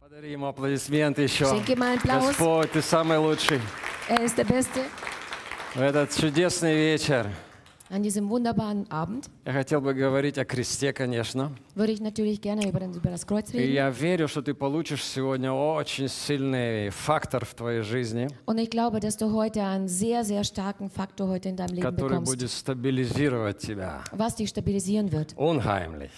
Подари ему аплодисменты еще. Schenk ihm einen Applaus. Господь, ты самый лучший. Er ist der Beste. В этот чудесный вечер An diesem wunderbaren Abend я хотел бы говорить о кресте, конечно. würde ich natürlich gerne über, den, über das Kreuz И reden. я верю, что ты получишь сегодня очень сильный фактор в твоей жизни, Und ich glaube, dass du heute einen sehr, sehr starken Faktor heute in deinem Leben который bekommst, будет stabilizировать тебя. was dich stabilisieren wird. Unheimlich.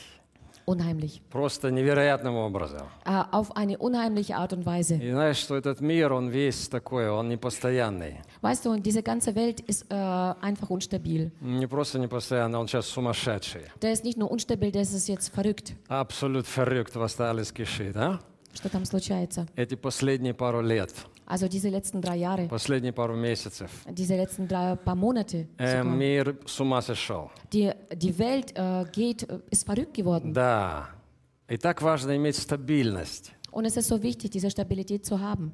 Unheimlich. Просто невероятным образом. Äh, auf eine unheimliche Art und Weise. И знаешь, что этот мир, он весь такой, он непостоянный. Weißt du, und diese ganze Welt ist äh, einfach unstabil. Не просто непостоянный, он сейчас сумасшедший. Der ist nicht nur unstabil, der ist jetzt verrückt. Абсолют verrückt, was da alles geschieht, а? Что там случается? Эти последние пару лет, Also diese letzten drei Jahre, последние пару месяцев, diese letzten drei paar Monate. э, sogar. мир с ума сошел. Die, die Welt äh, geht, äh, ist verrückt geworden. Да. И так важно иметь стабильность Und es ist so wichtig, diese Stabilität zu haben.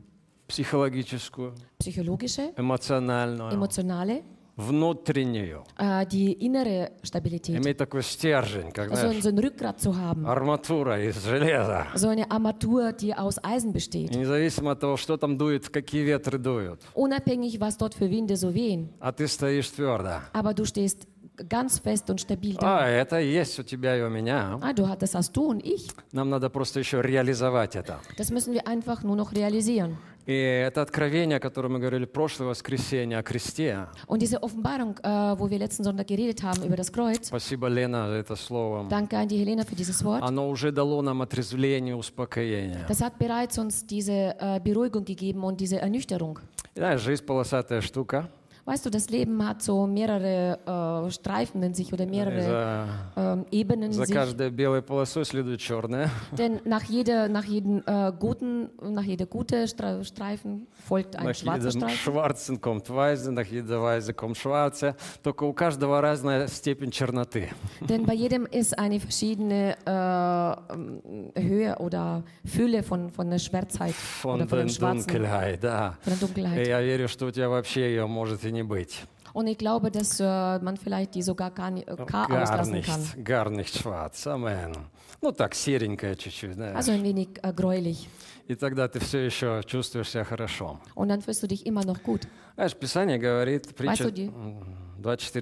психологическую, Psychologische, эмоциональную, emotionale, внутреннюю. äh, die innere Stabilität. Иметь такой стержень, как, So, ein- знаешь, so ein Rückgrat zu haben. арматура из железа. So eine Armatur, die aus Eisen besteht. И независимо от того, что там дует, какие ветры дуют, Unabhängig, was dort für Winde so wehen. а ты стоишь твердо. Aber du stehst ganz fest und stabil da. А, это есть у тебя и у меня. Ah, du, das hast du und ich. Нам надо просто еще реализовать это. Das müssen wir einfach nur noch realisieren. И это откровение, о котором мы говорили в прошлое воскресенье, о кресте. Und diese Offenbarung, äh, wo wir letzten Sonntag geredet haben über das Kreuz, Спасибо, Лена, за это слово. danke an die Helena für dieses Wort. Оно уже дало нам отрезвление, успокоение. Das hat bereits uns diese äh, Beruhigung gegeben und diese Ernüchterung. И Знаешь, жизнь полосатая штука. Weißt du, das Leben hat so mehrere äh, Streifen in sich oder И mehrere За, ähm, Ebenen in за sich. каждой белой полосой следует черная. Denn nach jeder, nach jedem äh, guten, nach jeder gute Stra Streifen folgt ein Nach schwarzer jedem Streifen. Schwarzen kommt Weiße, nach jedem Weiße kommt Schwarze. Только у каждого разная степень черноты. Denn bei jedem ist eine verschiedene äh, ähm, Höhe oder Fülle von, von der Schwärzheit Von oder von den dem Schwarzen, Dunkelheit, да. von der И Dunkelheit. я верю, что у тебя вообще ее может и не быть. Und ich glaube, dass äh, man vielleicht die sogar gar, ni- äh, gar auslassen kann. nicht, gar nicht schwarz, амен. Ну так, серенькая чуть-чуть, знаешь. Also ein wenig äh, gräulich. И тогда ты все еще чувствуешь себя хорошо. Und dann fühlst du dich immer noch gut. Знаешь, Писание говорит, притча Господи. м, 24.10,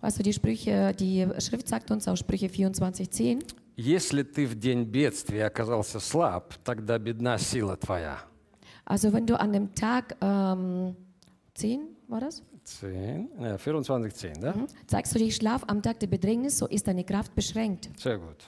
Weißt du, Also die Sprüche, die Schrift sagt uns aus Sprüche 24,10, «Если ты в день бедствия оказался слаб, тогда бедна сила твоя». also wenn du an dem Tag ähm, 10 war das? Zehn, äh, 24.10, да? Zeigst du dich schlaf am Tag der Bedrängnis, so ist deine Kraft beschränkt. Sehr gut.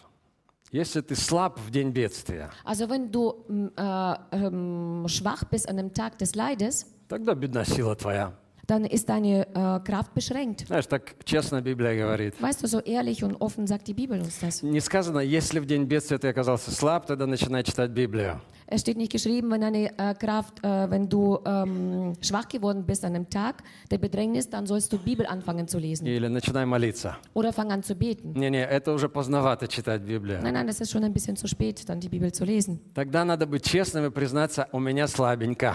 Если ты слаб в день бедствия, Also wenn du m, äh, ähm, schwach bist an dem Tag des Leides, тогда бедна сила твоя. dann ist deine äh, Kraft beschränkt. Знаешь, так честно Библия говорит. Weißt du, so ehrlich und offen sagt die Bibel uns das. Не сказано, если в день бедствия ты оказался слаб, тогда начинай читать Библию. Es steht nicht geschrieben, wenn deine äh, Kraft, äh, wenn du ähm, schwach geworden bist an dem Tag der Bedrängnis, dann sollst du Bibel anfangen zu lesen Или начинай молиться. oder fang an zu beten. Не-не, это уже поздновато читать Библию. Nein, nein, das ist schon ein bisschen zu spät, dann die Bibel zu lesen. Тогда надо быть честным и признаться, у меня слабенько.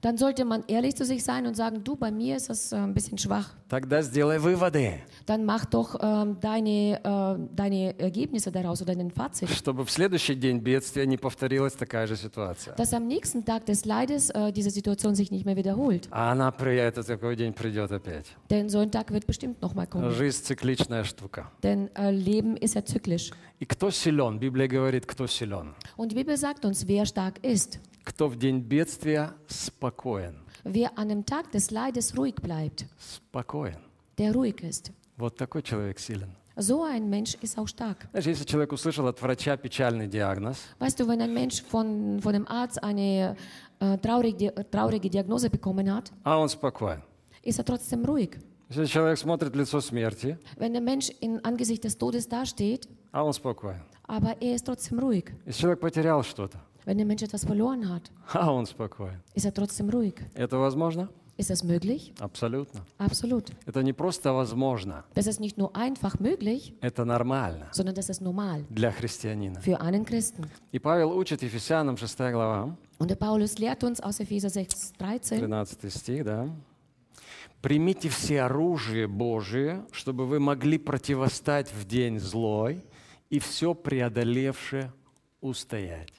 Dann sollte man ehrlich zu sich sein und sagen, du, bei mir ist das äh, ein bisschen schwach. Тогда сделай выводы, Dann mach doch ähm, deine, äh, deine Ergebnisse daraus oder dein Fazit. чтобы в следующий день бедствия не повторилась такая же ситуация. Dass am nächsten Tag des Leides äh, diese Situation sich nicht mehr wiederholt. А она при этот такой день придет opять. Denn so ein Tag wird bestimmt nochmal kommen. Жизнь цикличная штука. Denn äh, Leben ist ja zyklisch. И кто силен? Библия говорит, кто силен. Und die Bibel sagt uns, wer stark ist. Кто в день бедствия спокоен. Wer an dem Tag des Leides ruhig bleibt, Спокоен. der руhig ist. Вот такой человек силен. So ein Mensch ist auch stark. Знаешь, если человек услышал от врача печальный диагноз, Weißt du, wenn ein Mensch von, von dem Arzt eine äh, traurige, traurige Diagnose bekommen hat, а он спокоен. ist er trotzdem ruhig. Если человек смотрит в лицо смерти, Wenn der Mensch in Angesicht des Todes dasteht, а он спокоен. aber er ist trotzdem ruhig. Если человек потерял что-то, Wenn der Mensch etwas verloren hat, а он спокоен. ist er trotzdem ruhig. Это возможно? Ist das möglich? Абсолютно. Absolut. Это не просто возможно, Das ist nicht nur einfach möglich, это нормально sondern das ist normal для христианина. für einen Christen. И Павел учит Ефесянам 6 глава, Und der Paulus lehrt uns aus Epheser 6, 13, 13 стих, да. «Примите все оружие Божие, чтобы вы могли противостать в день злой и все преодолевшее устоять».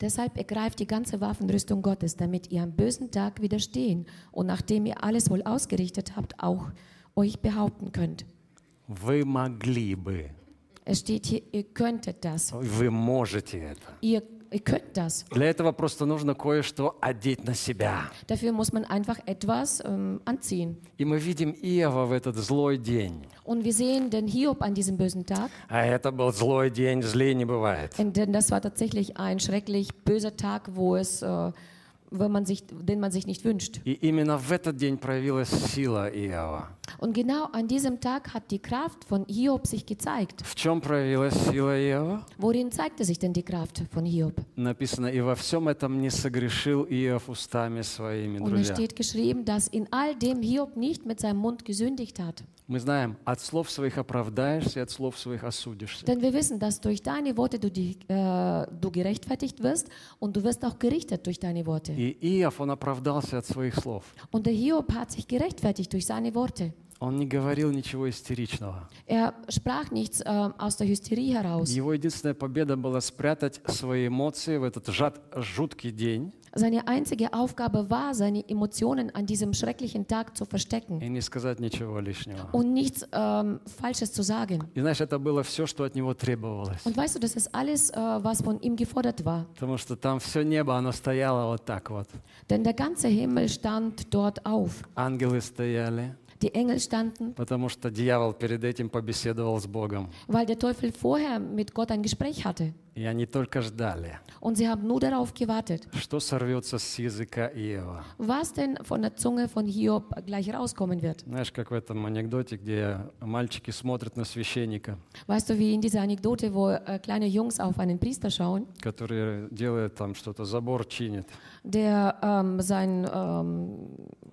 Deshalb ergreift die ganze Waffenrüstung Gottes, damit ihr am bösen Tag widerstehen und nachdem ihr alles wohl ausgerichtet habt, auch euch behaupten könnt. Вы могли бы. Es steht hier, ihr könntet das. Вы можете это. Ihr, ihr könnt das. Для этого просто нужно кое-что одеть на себя. Dafür muss man einfach etwas ähm, anziehen. И мы видим Иова в этот zлой день. Und wir sehen den Hiob an diesem bösen Tag, А это был злой день, злей не бывает. und denn das war tatsächlich ein schrecklich böser Tag, wo es, äh, wenn man sich, den man sich nicht wünscht. И именно в этот день проявилась сила Иова. Und genau an diesem Tag hat die Kraft von Hiob sich gezeigt. В чем проявилась сила Иова? Worin zeigte sich denn die Kraft von Hiob? Написано, и во всем этом не согрешил Иов устами своими, Und es друзья. steht geschrieben, dass in all dem Hiob nicht mit seinem Mund gesündigt hat. Мы знаем, от слов своих оправдаешься, и от слов своих осудишься. Denn wir wissen, dass durch deine Worte du, dich, äh, du gerechtfertigt wirst und du wirst auch gerichtet durch deine Worte. И Иов, он оправдался от своих слов. Und der Hiob hat sich gerechtfertigt durch seine Worte. Он не говорил ничего истеричного. Er sprach nichts äh, aus der Hysterie heraus. Его единственная победа была спрятать свои эмоции в этот жат, жуткий день Seine einzige Aufgabe war, seine Emotionen an diesem schrecklichen Tag zu и verstecken не сказать ничего лишнего. und nichts ähm, Falsches zu sagen. И знаешь, это было все, что от него требовалось. Und weißt du, das ist alles, äh, was von ihm gefordert war. Потому что там все небо, оно стояло вот так вот. Denn der ganze Himmel stand dort auf. Ангелы стояли, Die Engel standen, потому что дьявол перед этим побеседовал с Богом. weil der Teufel vorher mit Gott ein Gespräch hatte. И они только ждали, Und sie haben nur darauf gewartet, что сорвется с языка Иова. was denn von der Zunge von Hiob gleich rauskommen wird. Знаешь, как в этом анекдоте, где мальчики смотрят на священника, Weißt du, wie in dieser Anekdote, wo äh, kleine Jungs auf einen Priester schauen, который делает там что-то, забор чинит. der ähm, sein, ähm,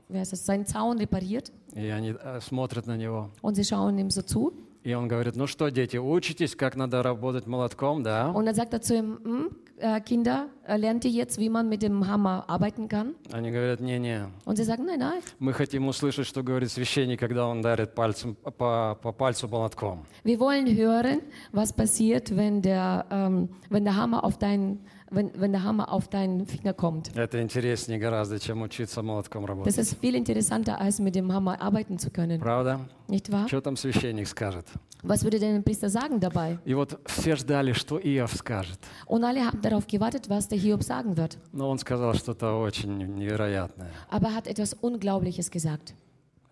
wie heißt das, seinen Zaun repariert И они э, смотрят на него. und sie schauen ihm so zu. И он говорит, ну что, дети, учитесь, как надо работать молотком, да? Und dann sagt er zu ihm, "Hm, äh, Kinder, äh, lernt ihr jetzt, wie man mit dem Hammer arbeiten kann? Они говорят, не-не, Und sie sagen, nein, nein, мы хотим услышать, что говорит священник, когда он дарит пальцем, по, по пальцу молотком. Wir wollen hören, was passiert, wenn der, ähm, wenn der Hammer auf deinen wenn, wenn der Hammer auf deinen Finger kommt. Это интереснее гораздо, чем учиться молотком Das работать. ist viel interessanter, als mit dem Hammer arbeiten zu können, Правда? nicht wahr? Что там священник скажет? Was würde denn ein Priester sagen dabei? И вот все ждали, что Иов скажет. Und alle haben darauf gewartet, was der Hiob sagen wird. Но он сказал что-то очень невероятное. Aber er hat etwas Unglaubliches gesagt,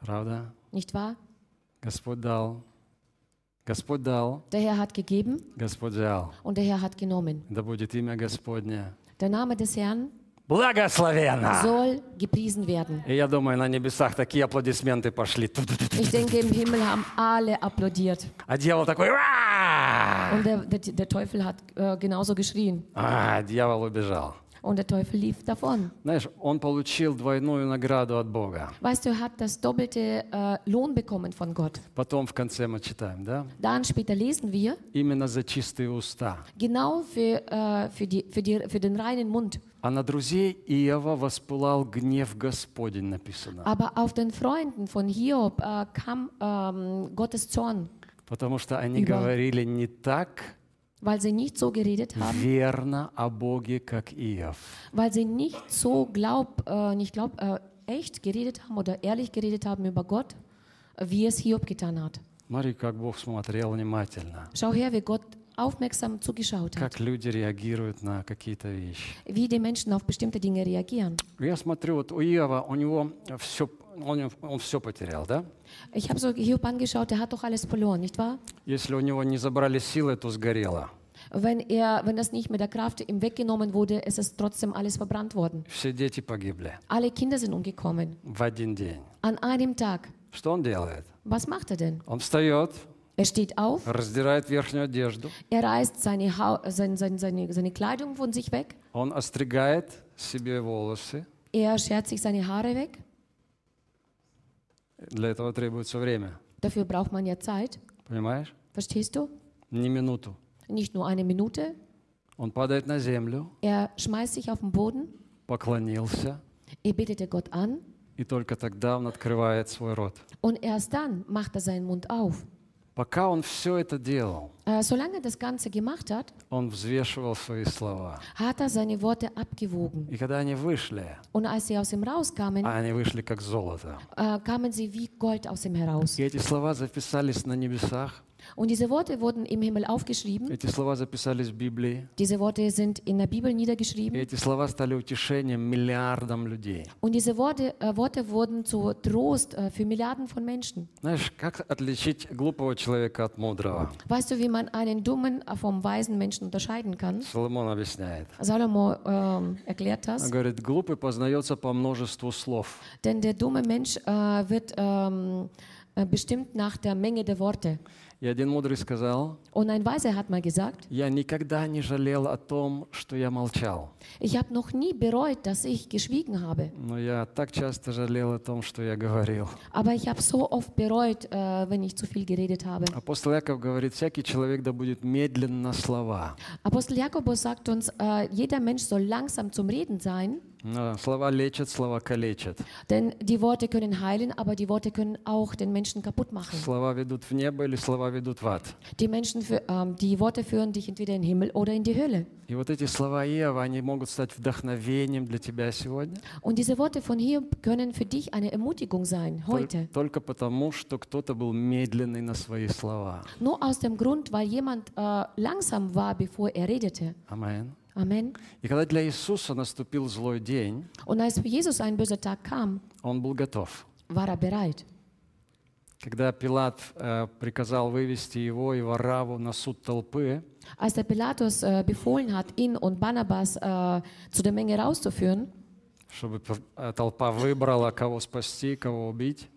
Правда? nicht wahr? Господь дал. Господь дал. Der Herr hat gegeben Господь взял. und der Herr hat genommen. Да будет имя Господне. Der Name des Herrn Благословенно! soll gepriesen werden. И я думаю, на небесах такие аплодисменты пошли. Ту-ту-ту-ту. Ich denke, im Himmel haben alle applaudiert. А дьявол такой... «Ура!» Und der, der, der Teufel hat äh, genauso geschrien. А, дьявол убежал. Und der Teufel lief davon. Знаешь, он получил двойную награду от Бога. Weißt du, er hat das doppelte äh, Lohn bekommen von Gott. Потом в конце мы читаем, да? Dann später lesen wir, Именно за чистые уста. genau für, äh, für, die, für, die, für den reinen Mund. А на друзей Иова воспылал гнев Господень, написано. Aber auf den Freunden von Hiob äh, kam ähm, Gottes Zorn, Потому что они Иова. говорили не так weil sie nicht so geredet haben, верно о Боге, как Иов. weil sie nicht so glaub, äh, nicht glaub, äh, echt geredet haben oder ehrlich geredet haben über Gott, äh, wie es Hiob getan hat. Смотри, как Бог смотрел внимательно. Schau her, wie Gott aufmerksam zugeschaut hat, Как люди реагируют на какие-то вещи. wie die Menschen auf bestimmte Dinge reagieren. Я смотрю, вот у Иова, у него все, он, он все потерял, да? Ich habe so Hiob angeschaut, der hat doch alles verloren, nicht wahr? Если у него не забрали силы, то сгорело. Wenn, er, wenn das nicht mit der Kraft ihm weggenommen wurde, ist es trotzdem alles verbrannt worden. Все дети погибли Alle Kinder sind umgekommen. в один день. An einem Tag. Что он делает? Was macht er denn? Он встает, Er steht auf, раздирает верхнюю одежду, er reißt seine, Hau- sein, sein, seine, seine Kleidung von sich weg, он остригает себе волосы. er schert sich seine Haare weg. Для этого требуется время, Dafür braucht man ja Zeit, понимаешь? verstehst du? Не минуту. Nicht nur eine Minute. Он падает на землю, Er schmeißt sich auf den Boden, поклонился, er betete Gott an и только тогда он открывает свой рот. und erst dann macht er seinen Mund auf. Пока он все это делал, Äh, solange er das Ganze gemacht hat, он взвешивал свои слова. hat er seine Worte abgewogen. И когда они вышли, Und als sie aus ihm rauskamen, а они вышли как золото. äh, kamen sie wie Gold aus ihm heraus. И эти слова записались на небесах, Und diese Worte wurden im Himmel aufgeschrieben. эти слова записались в Библии, Diese Worte sind in der Bibel и niedergeschrieben. эти слова стали утешением миллиардам людей. Und diese Worte, äh, Worte wurden zu Trost äh, für Milliarden von Menschen. Знаешь, как отличить глупого человека от мудрого? Weißt du, wie man einen dummen äh, vom weisen Menschen unterscheiden kann? Соломон объясняет. Salomo ähm, erklärt Он das. говорит, глупый познается по множеству слов. Denn der dumme Mensch äh, wird ähm, äh, bestimmt nach der Menge der Worte. И один мудрый сказал, Und ein Weiser hat mal gesagt, я никогда не жалел о том, что я молчал, ich habe noch nie bereut, dass ich geschwiegen habe. но я так часто жалел о том, что я говорил. Aber ich habe so oft bereut, äh, wenn ich zu viel geredet habe. Апостол Яков говорит, всякий человек да будет медленно слова. Apostel Jakobus sagt uns, äh, jeder Mensch soll langsam zum Reden sein, Да, Слова лечат, слова калечат. denn die Worte können heilen, aber die Worte können auch den Menschen kaputt machen. Слова ведут в небо или слова ведут в ад. Die, Menschen fü- ähm, die Worte führen dich entweder in den Himmel oder in die Hölle. И вот эти слова Иова, они могут стать вдохновением для тебя сегодня. Und diese Worte von hier können für dich eine Ermutigung sein, Тол- heute. Только потому, что кто-то был медленный на свои слова. Nur aus dem Grund, weil jemand äh, langsam war, bevor er redete. Амин. Amen. И когда для Иисуса наступил злой день, Und als für Jesus ein böser Tag kam, он был готов. war er bereit. Когда Пилат э, приказал вывести его и Вараву на суд толпы, Als der Pilatus äh, befohlen hat, ihn und Barnabas äh, zu der Menge rauszuführen, чтобы п- э, толпа выбрала, кого спасти, кого убить,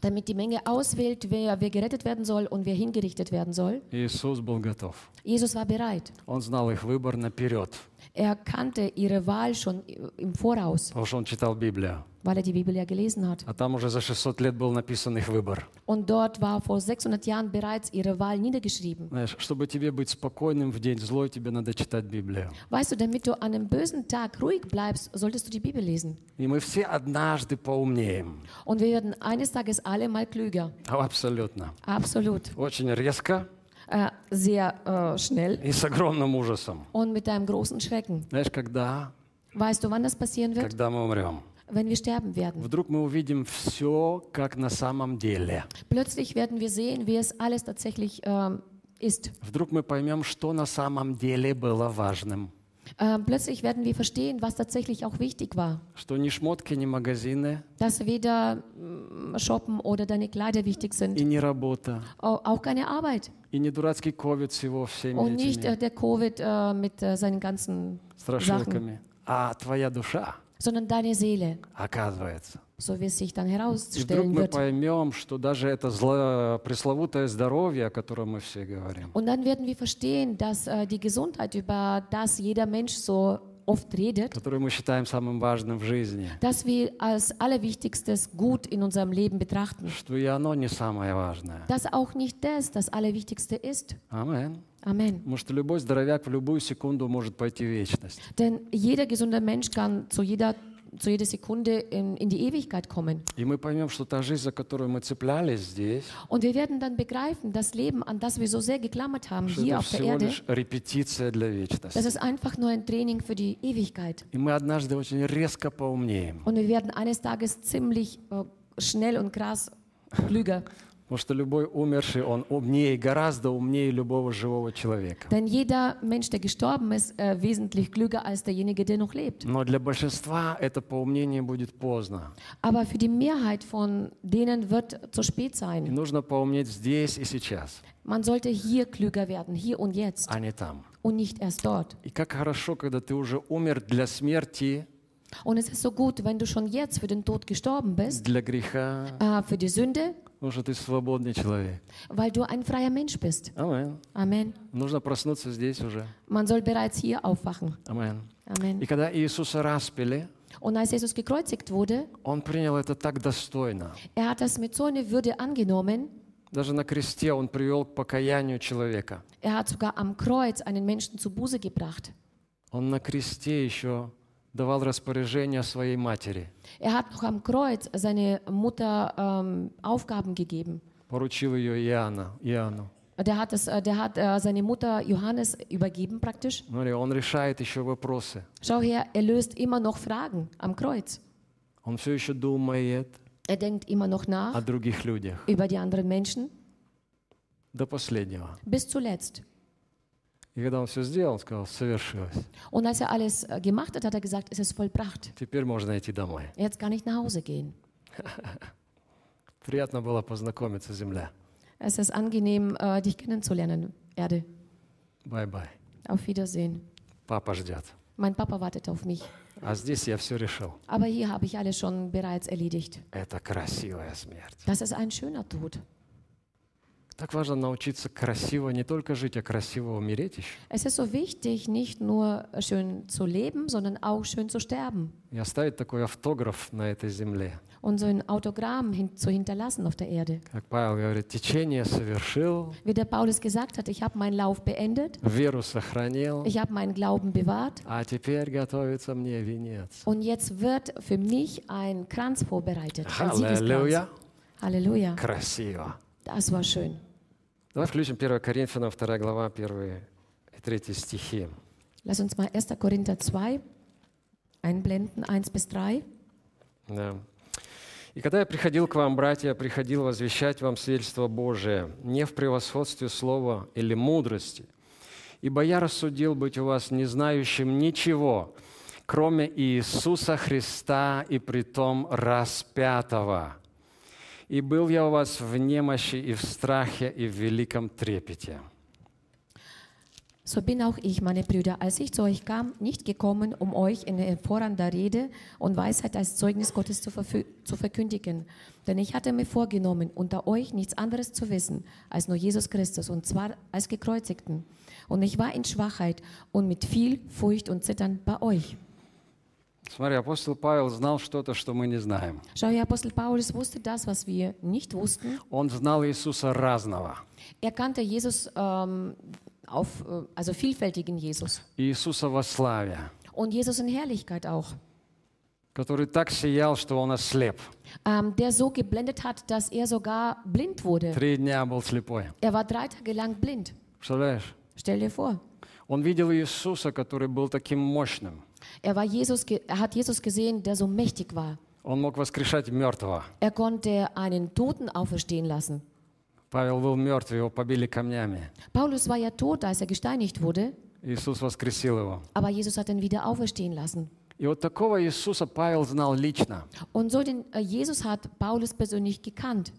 damit die Menge auswählt, wer, wer gerettet werden soll und wer hingerichtet werden soll. Иисус был готов. Jesus war bereit. Он знал их выбор наперед, Er kannte ihre Wahl schon im Voraus, потому что он читал Библию. weil er die Bibel ja gelesen hat. А там уже за 600 лет был написан их выбор. Und dort war vor 600 Jahren bereits ihre Wahl niedergeschrieben. Знаешь, чтобы тебе быть спокойным в день злой, тебе надо читать Библию. Weißt du, damit du an einem bösen Tag ruhig bleibst, solltest du die Bibel lesen. И мы все однажды поумнеем. Und wir werden eines Tages alle mal klüger. А, Абсолютно. Absolut. Очень резко Äh, sehr äh, schnell и с огромным ужасом. und mit einem großen Schrecken. Знаешь, когда? Weißt du, wann das passieren wird? Когда мы умрем. Wenn wir sterben werden. Вдруг мы увидим все, как на самом деле. Plötzlich werden wir sehen, wie es alles tatsächlich ähm, ist. Вдруг мы поймем, что на самом деле было важным. Ähm, plötzlich werden wir verstehen, was tatsächlich auch wichtig war. Что ни шмотки, ни магазины, Dass weder mm, Shoppen oder deine Kleider wichtig sind. и не работа, Au- Auch keine Arbeit. и не дурацкий ковид с его всеми Und nicht этими äh, der Covid äh, mit äh, seinen ganzen Sachen, страшилками, а твоя душа, sondern deine Seele, оказывается. so wie es sich dann И вдруг herausstellen мы wird. поймем, что даже это зло, пресловутое здоровье, о котором мы все говорим, Und dann werden wir verstehen, dass äh, die Gesundheit, über das jeder Mensch so oft redet, которое мы считаем самым важным в жизни, dass wir als allerwichtigstes Gut in unserem Leben betrachten. что и оно не самое важное. Dass auch nicht das das Allerwichtigste ist. Амин. Amen. Потому что любой здоровяк в любую секунду может пойти в вечность. Denn jeder gesunde Mensch kann zu jeder, zu jeder Sekunde in, in die Ewigkeit kommen. И мы поймем, что та жизнь, за которую мы цеплялись здесь, Und wir werden dann begreifen, das Leben, an das wir so sehr geklammert haben, что hier это auf der всего Erde, лишь репетиция для das вечности. ist einfach nur ein Training für die Ewigkeit. И мы однажды очень резко поумнеем, Und wir werden eines Tages ziemlich äh, schnell und krass klüger. потому что любой умерший, он умнее, гораздо умнее любого живого человека. Denn jeder Mensch, der gestorben ist, äh, wesentlich klüger als derjenige, der noch lebt. Но для большинства это поумнение будет поздно. Aber für die Mehrheit von denen wird zu spät И sein. нужно поумнеть здесь и сейчас, Man sollte hier klüger werden, hier und jetzt а не там. und nicht erst dort. И как хорошо, когда ты уже умер для смерти, Und es ist so gut, wenn du schon jetzt für den Tod gestorben bist, для греха, äh, für die Sünde, потому что ты свободный человек. weil du ein freier Mensch bist. Амин. Amen. Нужно проснуться здесь уже. Man soll bereits hier aufwachen. Амин. И Amen. когда Иисуса распили, Und als Jesus gekreuzigt wurde, он принял это так достойно. er hat das mit so einer Würde angenommen. Даже на кресте он привел к покаянию человека. Er hat sogar am Kreuz einen Menschen zu Buße gebracht. Он на кресте еще давал распоряжение своей матери. Er hat noch am Kreuz seine Mutter ähm, Aufgaben gegeben. поручил ее Иоанна, Иоанну. Der hat, es, äh, der hat äh, seine Mutter Johannes übergeben praktisch. Смотри, он решает еще вопросы. Schau her, er löst immer noch Fragen am Kreuz. Он все еще думает Er denkt immer noch о nach других людях über die anderen Menschen до последнего. bis zuletzt. И когда он все сделал, он сказал, совершилось. Und als er alles äh, gemacht hat, hat er gesagt, es ist vollbracht. Теперь можно идти домой. Jetzt kann ich nach Hause gehen. Приятно было познакомиться, земля. Es ist angenehm, äh, dich kennenzulernen, Erde. Бай-бай. Auf Wiedersehen. Папа ждет. Mein Papa wartet auf mich. А здесь я все решил. Aber hier habe ich alles schon bereits erledigt. Это красивая смерть. Das ist ein schöner Tod. Так важно научиться красиво не только жить, а красиво умереть еще. Es ist so wichtig, nicht nur schön zu leben, sondern auch schön zu sterben И оставить такой автограф на этой земле. und so ein Autogramm hin zu hinterlassen auf der Erde. Как Павел говорит, течение совершил, Wie der Paulus gesagt hat, ich habe meinen Lauf beendet, веру сохранил, ich habe meinen Glauben bewahrt а теперь готовится мне венец. und jetzt wird für mich ein Kranz vorbereitet. Ein Halleluja. Siegeskranz. Halleluja. Красиво. Das war schön. Давай включим 1 Коринфянам, 2 глава, 1 и 3 стихи. Lass uns mal 1. Korinther 2 einblenden, 1 bis 3. Да. «И когда я приходил к вам, братья, приходил возвещать вам свидетельство Божие, не в превосходстве слова или мудрости, ибо я рассудил быть у вас не знающим ничего, кроме Иисуса Христа и притом распятого. И был я у вас в немощи и в страхе и в великом трепете». So bin auch ich, meine Brüder, als ich zu euch kam, nicht gekommen, um euch in hervorragender Rede und Weisheit als Zeugnis Gottes zu, verfü- zu verkündigen. Denn ich hatte mir vorgenommen, unter euch nichts anderes zu wissen, als nur Jesus Christus, und zwar als Gekreuzigten. Und ich war in Schwachheit und mit viel Furcht und Zittern bei euch. Смотри, апостол Павел знал что-то, что мы не знаем. Schau, Herr Apostel Paulus wusste das, was wir nicht wussten. Он знал Иисуса разного. Er kannte Jesus ähm, auf, äh, also vielfältigen Jesus. Иисуса во славе. Und Jesus in Herrlichkeit auch. который так сиял, что он ослеп. ähm, der so geblendet hat, dass er sogar blind wurde. Три дня был слепой. Er war drei Tage lang blind. Представляешь? Stell dir vor. Он видел Иисуса, который был таким mощным. Er, war Jesus, ge- er hat Jesus gesehen, der so mächtig war. Он мог воскрешать мертвого. Er konnte einen Toten auferstehen lassen. Павел был мертв, его побили камнями. Paulus war ja tot, als er gesteinigt wurde, Иисус воскресил его. aber Jesus hat ihn wieder auferstehen lassen. И вот такого Иисуса Павел знал лично. Und so den äh, Jesus hat Paulus persönlich gekannt.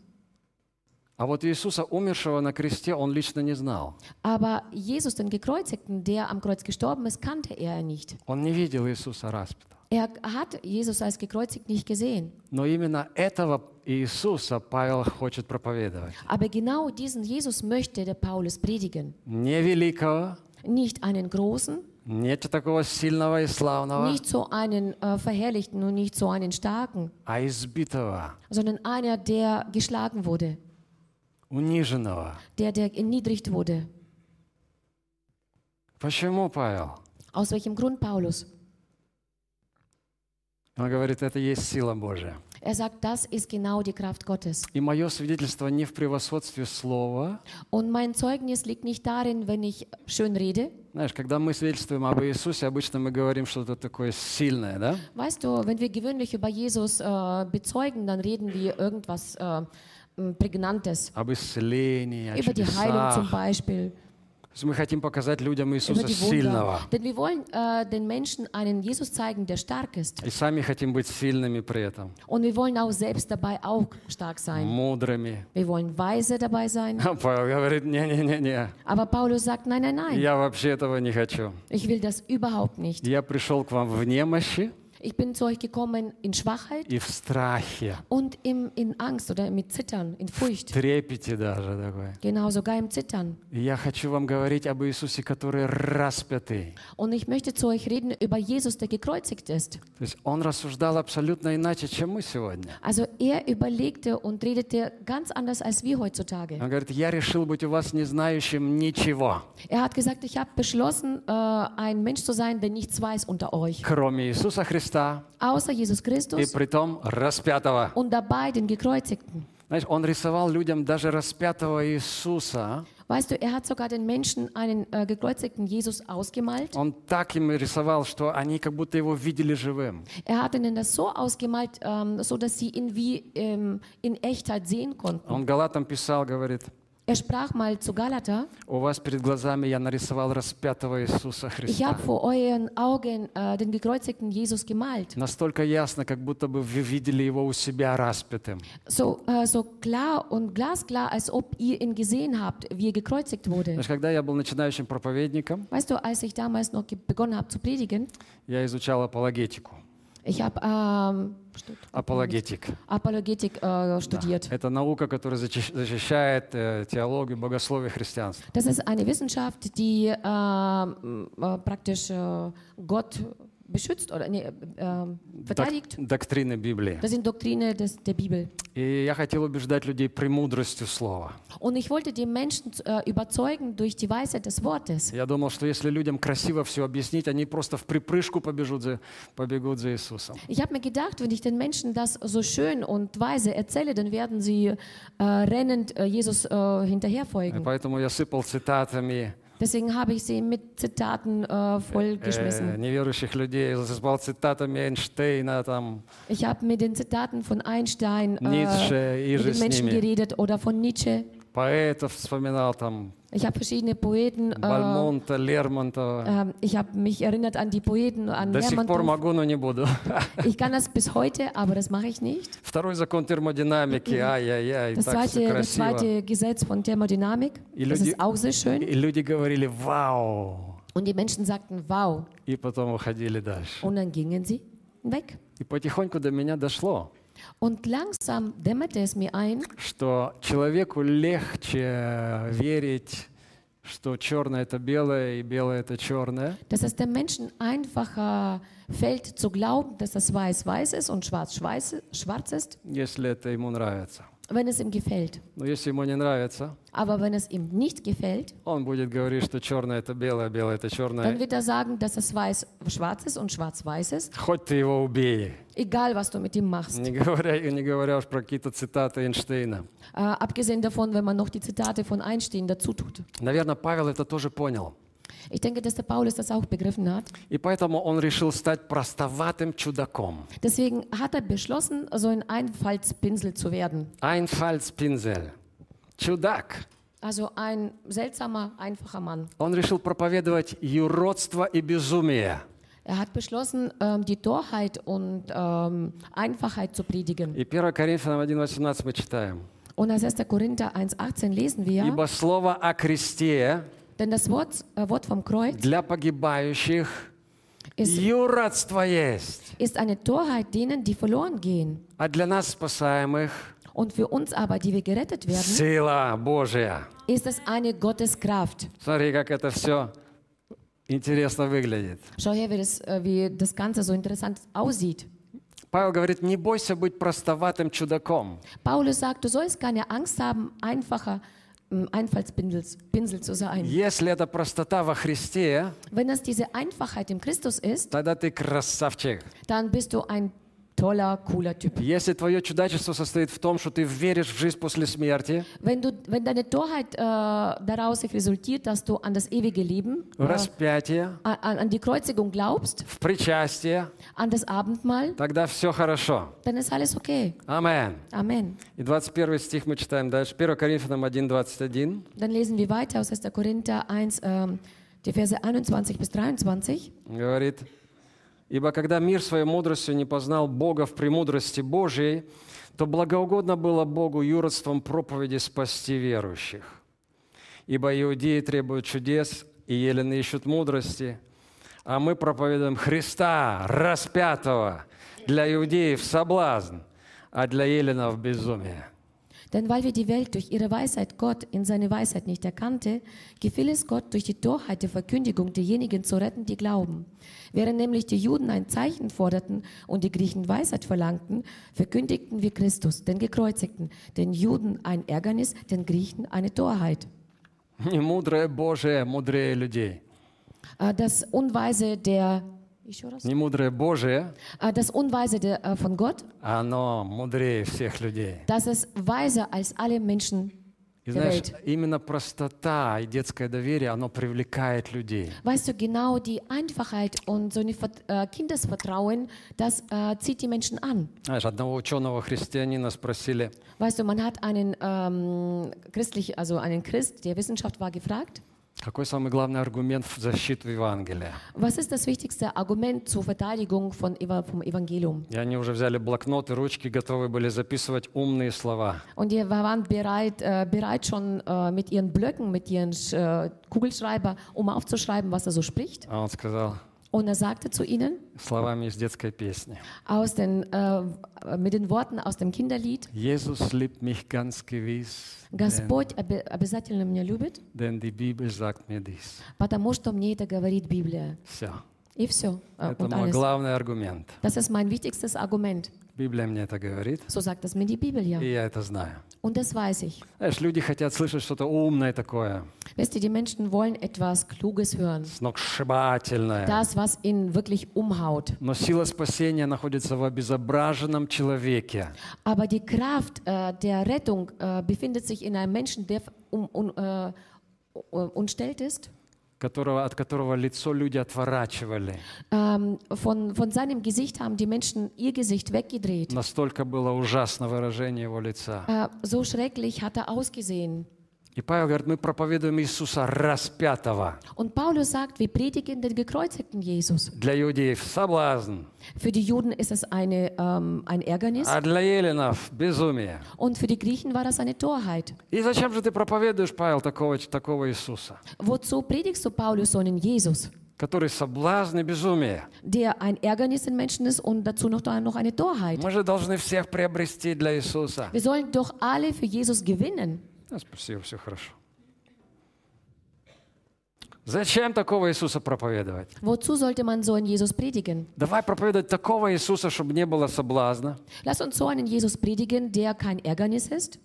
А вот Иисуса, умершего на кресте, он лично не знал. Aber Jesus, den Gekreuzigten, der am Kreuz gestorben ist, kannte er nicht. Он не видел Иисуса распятого. Er hat Jesus als gekreuzigt nicht gesehen. Но именно этого Иисуса Павел хочет проповедовать. Aber genau diesen Jesus möchte der Paulus predigen. Не великого, nicht einen großen, нет такого сильного и славного, nicht so einen äh, verherrlichten und nicht so einen starken, а избитого, sondern einer, der geschlagen wurde, униженного. der, der erniedrigt wurde. Почему, Павел? Aus welchem Grund, Paulus? Он говорит, это есть сила Божия. Er sagt, das ist genau die Kraft Gottes. И мое свидетельство не в превосходстве слова. Und mein Zeugnis liegt nicht darin, wenn ich schön rede. Знаешь, когда мы свидетельствуем об Иисусе, обычно мы говорим что-то такое сильное, да? Weißt du, wenn wir gewöhnlich über Jesus äh, bezeugen, dann reden wir irgendwas äh, m, Prägnantes. Об исцелении, о Über die Heilung zum чудесах. Beispiel, То есть мы хотим показать людям über Иисуса die Wunder. сильного. Denn wir wollen äh, den Menschen einen Jesus zeigen, der stark ist. И сами хотим быть сильными при этом, Und wir wollen auch selbst dabei auch stark sein. мудрыми. Wir wollen weise dabei sein. А Павел говорит, не-не-не-не, Aber Paulus sagt, nein, nein, nein, я вообще этого не хочу. ich will das überhaupt nicht. Я пришел к вам в немощи Ich bin zu euch gekommen in Schwachheit и в страхе, und im, in Angst oder mit Zittern, in Furcht. трепете даже такой. Genau, sogar im Zittern. И Я хочу вам говорить об Иисусе, который распятый. Und ich möchte zu euch reden über Jesus, der gekreuzigt ist. То есть он рассуждал абсолютно иначе, чем мы сегодня. Also er überlegte und redete ganz anders als wir heutzutage. Он говорит, я решил быть у вас не знающим ничего, Er hat gesagt, ich habe beschlossen, äh, ein Mensch zu sein, der nichts weiß unter euch, кроме Иисуса Христа außer Jesus и Christus притом распятого. und dabei den Gekreuzigten. Знаешь, он рисовал людям даже распятого Иисуса. Weißt du, er hat sogar den Menschen einen äh, gekreuzigten Jesus ausgemalt. Он так им рисовал, что они как будто его видели живым. Er hat ihnen das so ausgemalt, ähm, so dass sie ihn wie ähm, in Echtheit sehen konnten. Он Галатам писал, говорит, Er sprach mal zu Galater: у вас перед глазами я нарисовал распятого Иисуса Ich Христа. habe vor euren Augen äh, den gekreuzigten Jesus gemalt. Настолько ясно, как будто бы вы видели его у себя распятым. So, äh, so klar und glasklar, als ob ihr ihn gesehen habt, wie er gekreuzigt wurde. Знаешь, когда я был начинающим проповедником, Weißt du, als ich damals noch ge- begonnen habe zu predigen, я изучал апологетику. ich habe ähm, stud- Апологетик. Apologetik äh, studiert. Это наука, которая зачи- защищает э, теологию, богословие христианства. Das ist eine Wissenschaft, die ähm, äh, praktisch äh, Gott beschützt oder nee, äh, verteidigt. Док- доктрины Библии. Das sind Doktrine des, der Bibel. И я хотел убеждать людей премудростью слова. Und ich wollte die Menschen äh, überzeugen durch die Weisheit des Wortes. Я думал, что если людям красиво все объяснить, они просто в припрыжку побежут за, побегут за Иисусом. Ich habe mir gedacht, wenn ich den Menschen das so schön und weise erzähle, dann werden sie äh, rennend äh, Jesus äh, И hinterherfolgen. поэтому я сыпал цитатами Deswegen habe ich sie mit Zitaten äh, э, vollgeschmissen. неверующих людей, засыпал цitатами Эйнштейна, там, Ich habe mit den Zitaten von Einstein Nietzsche, äh, mit Iris den Menschen Nimi. geredet oder von Nietzsche. поэтов вспоминал, там, Ich habe verschiedene Poeten. Äh, Бальмонта, Лермонтова. ähm, ich habe mich erinnert an die Poeten, an До сих пор Lermontov. могу, но не буду. Ich kann das bis heute, aber das mache ich nicht. Второй закон термодинамики, ай-яй-яй, Das так все zweite, das красиво. zweite Gesetz von Thermodynamik, Die das Leute- ist auch sehr schön. И люди говорили «Вау!» Und die Menschen sagten, wow. и потом уходили дальше. Und dann gingen sie weg. И потихоньку до меня дошло, Und langsam dämmerte es mir ein, что человеку легче верить, что черное это белое и белое это черное, dass es dem Menschen einfacher fällt zu glauben, dass das Weiß weiß ist und Schwarz schweiß- schwarz ist, если это ему нравится. wenn es ihm gefällt. Но если ему не нравится, Aber wenn es ihm nicht gefällt, он будет говорить, что черное это белое, а белое это dann черное. wird er sagen, dass das Weiß schwarz ist und Schwarz weiß ist, Хоть ты его убей, egal was du mit ihm machst. не говоря, и не говоря уж про какие-то цитаты Эйнштейна. Äh, abgesehen davon, wenn man noch die Zitate von Einstein dazu tut. Наверное, Павел это тоже понял. Ich denke, dass der Paulus das auch begriffen hat. И поэтому он решил стать простоватым чудаком. Deswegen hat er beschlossen, so ein Einfallspinsel zu werden. Айнфальцпинзель. Чудак. Also ein seltsamer, einfacher Mann. Он решил проповедовать юродство и безумие. Er hat beschlossen, ähm, die Torheit und ähm, Einfachheit zu predigen. И 1 Коринфянам 1.18 мы читаем. Und als 1. Korinther 1,18 lesen wir, «Ибо слово о кресте denn das Wort, äh, Wort vom Kreuz для погибающих ist, юродство есть, ist eine Torheit denen, die verloren gehen. а для нас спасаемых Und für uns aber, die wir gerettet werden, сила Божия». ist es eine Gotteskraft. Смотри, как это все интересно выглядит. Schau her, wie das, äh, wie das Ganze so interessant aussieht. Павел говорит, не бойся быть простоватым чудаком. Paulus sagt, du sollst keine Angst haben, einfacher ähm, Einfallspinsel Pinsel zu sein. Если это простота во Христе, Wenn das diese Einfachheit im Christus ist, тогда ты красавчик. dann bist du ein toller, cooler Typ. Если твое чудачество состоит в том, что ты веришь в жизнь после смерти, Wenn, du, wenn deine Torheit äh, daraus sich resultiert, dass du an das ewige Leben, в распятие, an, an die Kreuzigung glaubst, в причастие, an das Abendmahl, тогда все хорошо. dann ist alles okay. Амен. Amen. И 21 стих мы читаем дальше. 1 Коринфянам 1, 21. Dann lesen wir weiter aus 1. Korinther 1, ähm, die Verse 21 bis 23. Говорит, «Ибо когда мир своей мудростью не познал Бога в премудрости Божией, то благоугодно было Богу юродством проповеди спасти верующих. Ибо иудеи требуют чудес, и елены ищут мудрости, а мы проповедуем Христа, распятого, для иудеев соблазн, а для еленов безумие». Denn weil wir die Welt durch ihre Weisheit Gott in seine Weisheit nicht erkannte, gefiel es Gott durch die Torheit der Verkündigung diejenigen zu retten, die glauben. Während nämlich die Juden ein Zeichen forderten und die Griechen Weisheit verlangten, verkündigten wir Christus, den Gekreuzigten, den Juden ein Ärgernis, den Griechen eine Torheit. Мудрое Божие мудрее людей. Äh, Das Unweise der Еще раз. Не мудрое Божие, Äh, Das Unweise der, äh, von Gott, а оно мудрее всех людей. das ist weiser als alle Menschen И der знаешь, Welt. именно простота и детское доверие, оно привлекает людей. Weißt du, genau die Einfachheit und so ein Vert- äh, Kindesvertrauen, das äh, zieht die Menschen an. Знаешь, одного ученого-христианина спросили, Weißt du, man hat einen ähm, christlich, also einen Christ, der Wissenschaft war, gefragt, какой самый главный аргумент в защиту Евангелия? was ist das wichtigste Argument zur Verteidigung von, Eva- vom Evangelium? И они уже взяли блокноты, ручки, готовы были записывать умные слова. Und die waren bereit, äh, bereit schon äh, mit ihren Blöcken, mit ihren Sch- äh, Kugelschreiber, um aufzuschreiben, was er so spricht. А он сказал Und er sagte zu ihnen, словами из детской песни. aus den, äh, mit den Worten aus dem Kinderlied, Jesus liebt mich ganz gewiss, Господь обе- обязательно меня любит, denn die Bibel sagt mir dies. потому что мне это говорит Библия. Все. И все. Äh, Это und мой alles. главный аргумент. Das ist mein wichtigstes Argument. Библия мне это говорит, So sagt das mir die Bibel ja. и я это знаю. Und das weiß ich. Знаешь, люди хотят слышать что-то умное такое, Wisst ihr, die Menschen wollen etwas Kluges hören. сногсшибательное. Das, was ihnen wirklich umhaut. Но сила спасения находится в обезображенном человеке. Aber die Kraft äh, der Rettung äh, befindet sich in einem Menschen, der um, un- äh, un- unstellt ist. которого, от которого лицо люди отворачивали. Ähm, von, von seinem Gesicht haben die Menschen ihr Gesicht weggedreht. Настолько было ужасно выражение его лица. Äh, so schrecklich hat er ausgesehen. И Павел говорит, мы проповедуем Иисуса распятого. Und Paulus sagt, wir predigen den gekreuzigten Jesus. Для иудеев соблазн, Für die Juden ist es eine, ähm, ein Ärgernis а для еленов безумие. und für die Griechen war das eine Torheit. И зачем же ты проповедуешь, Павел, такого, такого Иисуsa, Wozu predigst du Paulus so einen Jesus, который соблазн и безумие? der ein Ärgernis in Menschen ist und dazu noch, noch eine Torheit? Мы же должны всех приобрести для Иисуса. Wir sollen doch alle für Jesus gewinnen. Да, спасибо, все хорошо. Зачем такого Иисуса проповедовать? Wozu sollte man so einen Jesus predigen? Давай проповедовать такого Иисуса, чтобы не было соблазна, Lass uns so einen Jesus predigen, der kein Ärgernis ist.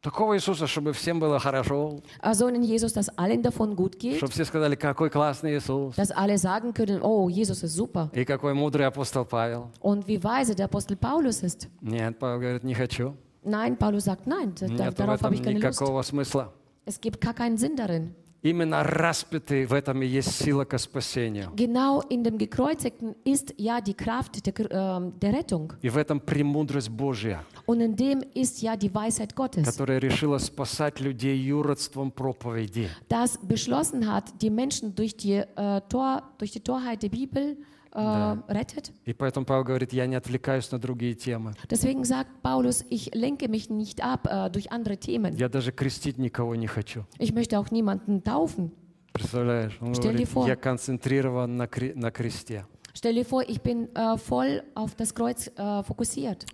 Такого Иисуса, чтобы всем было хорошо, Äh, So einen Jesus, dass allen davon gut geht. чтобы все сказали, какой классный Иисус, Dass alle sagen können, oh, Jesus ist super. и какой мудрый апостол Павел. Und wie weise der Apostel Paulus ist. Нет, Павел говорит, не хочу. Nein, Paulus sagt, nein, da, da- Нет в darauf этом habe ich keine Lust. никакого смысла. Es gibt gar keinen Sinn darin. Именно распятый в этом и есть сила ко спасению. Genau in dem Gekreuzigten ist ja die Kraft der, Gr- ähm, der Rettung. И в этом премудрость Божья, Und in dem ist ja die Weisheit Gottes, которая решила спасать людей юродством проповеди. das beschlossen hat, die Menschen durch die, äh, Tor, durch die Torheit der Bibel äh, rettet. И поэтому Павел говорит, я не отвлекаюсь на другие темы. Deswegen sagt Paulus, ich lenke mich nicht ab äh, durch andere Themen. Я даже крестить никого не хочу. Ich möchte auch niemanden taufen. Представляешь? Он Stell dir говорит, vor. я концентрирован на, кре- на кресте. Stell dir vor, ich bin äh, voll auf das Kreuz äh, fokussiert.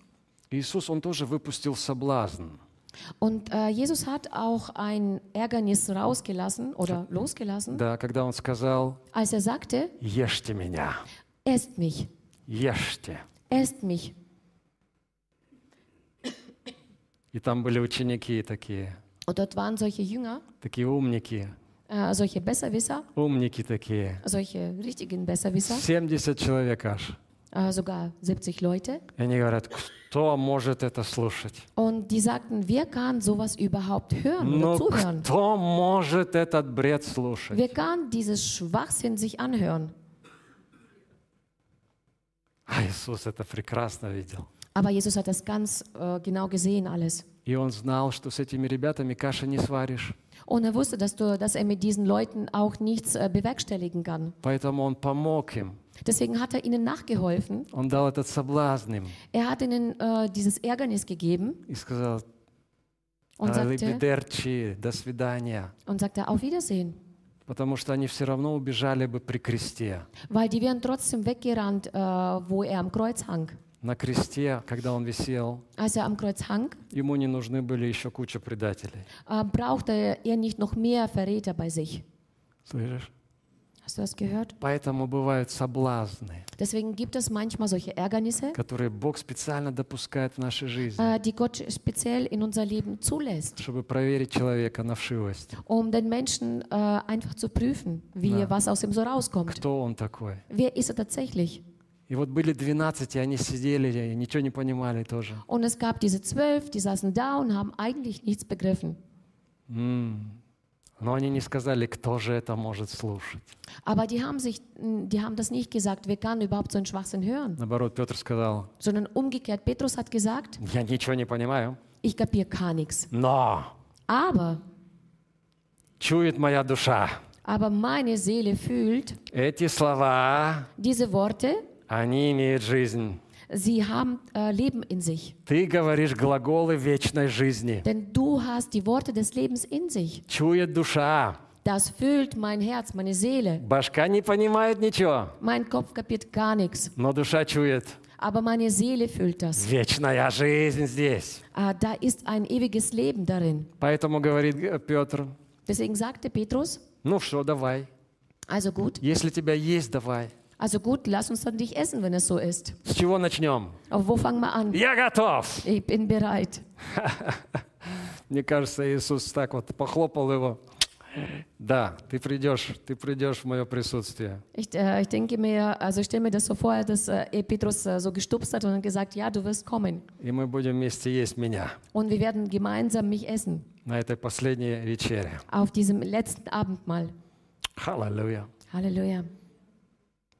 Иисус, Он тоже выпустил соблазн. Und äh, Jesus hat auch ein Ärgernis rausgelassen oder losgelassen, Да, когда он сказал, als er sagte, ешьте меня, esst mich, ешьте. esst mich. И там были ученики такие, Und dort waren solche Jünger, такие умники, äh, solche Besserwisser, умники такие. solche richtigen Besserwisser, 70 человек аж. äh, sogar 70 Leute. И они говорят, кто может это слушать? Und die sagten, wer kann sowas überhaupt hören oder Ну, zuhören? кто может этот бред слушать? Wer kann dieses Schwachsinn sich anhören? А Иисус это прекрасно видел. Aber Jesus hat das ganz äh, genau gesehen alles. И он знал, что с этими ребятами каши не сваришь. Und er wusste, dass, du, dass er mit diesen Leuten auch nichts äh, bewerkstelligen kann. Поэтому он помог им. Deswegen hat er ihnen nachgeholfen. Он дал этот соблазн им Er hat ihnen äh, dieses Ärgernis gegeben и сказал, und sagte, «Алибидерчи, до свидания. und sagte, auf Wiedersehen. Потому что они все равно убежали бы при кресте. Weil die wären trotzdem weggerannt, äh, wo er am Kreuz hang. На кресте, когда он висел, Als er am Kreuz hang, ему не нужны были еще куча предателей. äh, brauchte er nicht noch mehr Verräter bei sich. Слышишь? Hast du das gehört? Поэтому бывают соблазны, Deswegen gibt es manchmal solche Ärgernisse, которые Бог специально допускает в нашей жизни, äh, die Gott speziell in unser Leben zulässt, чтобы проверить человека на вшивость. um den Menschen äh, einfach zu prüfen, wie was aus ihm so rauskommt. Кто он такой? Wer ist er tatsächlich? И вот были 12, и они сидели, и ничего не понимали тоже. Und es gab diese zwölf, die saßen da und haben eigentlich nichts begriffen. Но они не сказали, кто же это может слушать. Aber die haben, sich, die haben das nicht gesagt, wer kann überhaupt so einen Schwachsinn hören? Наоборот, Петр сказал, Sondern umgekehrt, Petrus hat gesagt, я ничего не понимаю, ich kapiere gar nichts. но Aber, чует моя душа. aber meine Seele fühlt, Эти слова, diese Worte, они имеют жизнь. sie haben äh, Leben in sich. Ты говоришь глаголы вечной жизни. Denn du hast die Worte des Lebens in sich. Чует душа. Das füllt mein Herz, meine Seele. Башка не понимает ничего, Mein Kopf kapiert gar nichts, но душа чует. aber meine Seele fühlt das. Вечная жизнь здесь. Ah, da ist ein ewiges Leben darin. Поэтому говорит э, Петр, Deswegen sagte Petrus, ну что, давай. also gut, Если тебя есть, давай. also gut, lass uns dann dich essen, wenn es so ist. С чего начнем? Aber wo fangen wir an? Я готов. Ich bin bereit. Мне кажется, Иисус так вот похлопал его. Да, ты придешь, ты придешь в мое присутствие. Ich, äh, ich denke mir, also ich stelle mir das so vor, dass äh, Petrus äh, so gestupst hat und dann gesagt, ja, du wirst kommen. И мы будем вместе есть меня Und wir werden gemeinsam mich essen. на этой последней вечере. Auf diesem letzten Abendmahl. Аллилуйя. Halleluja.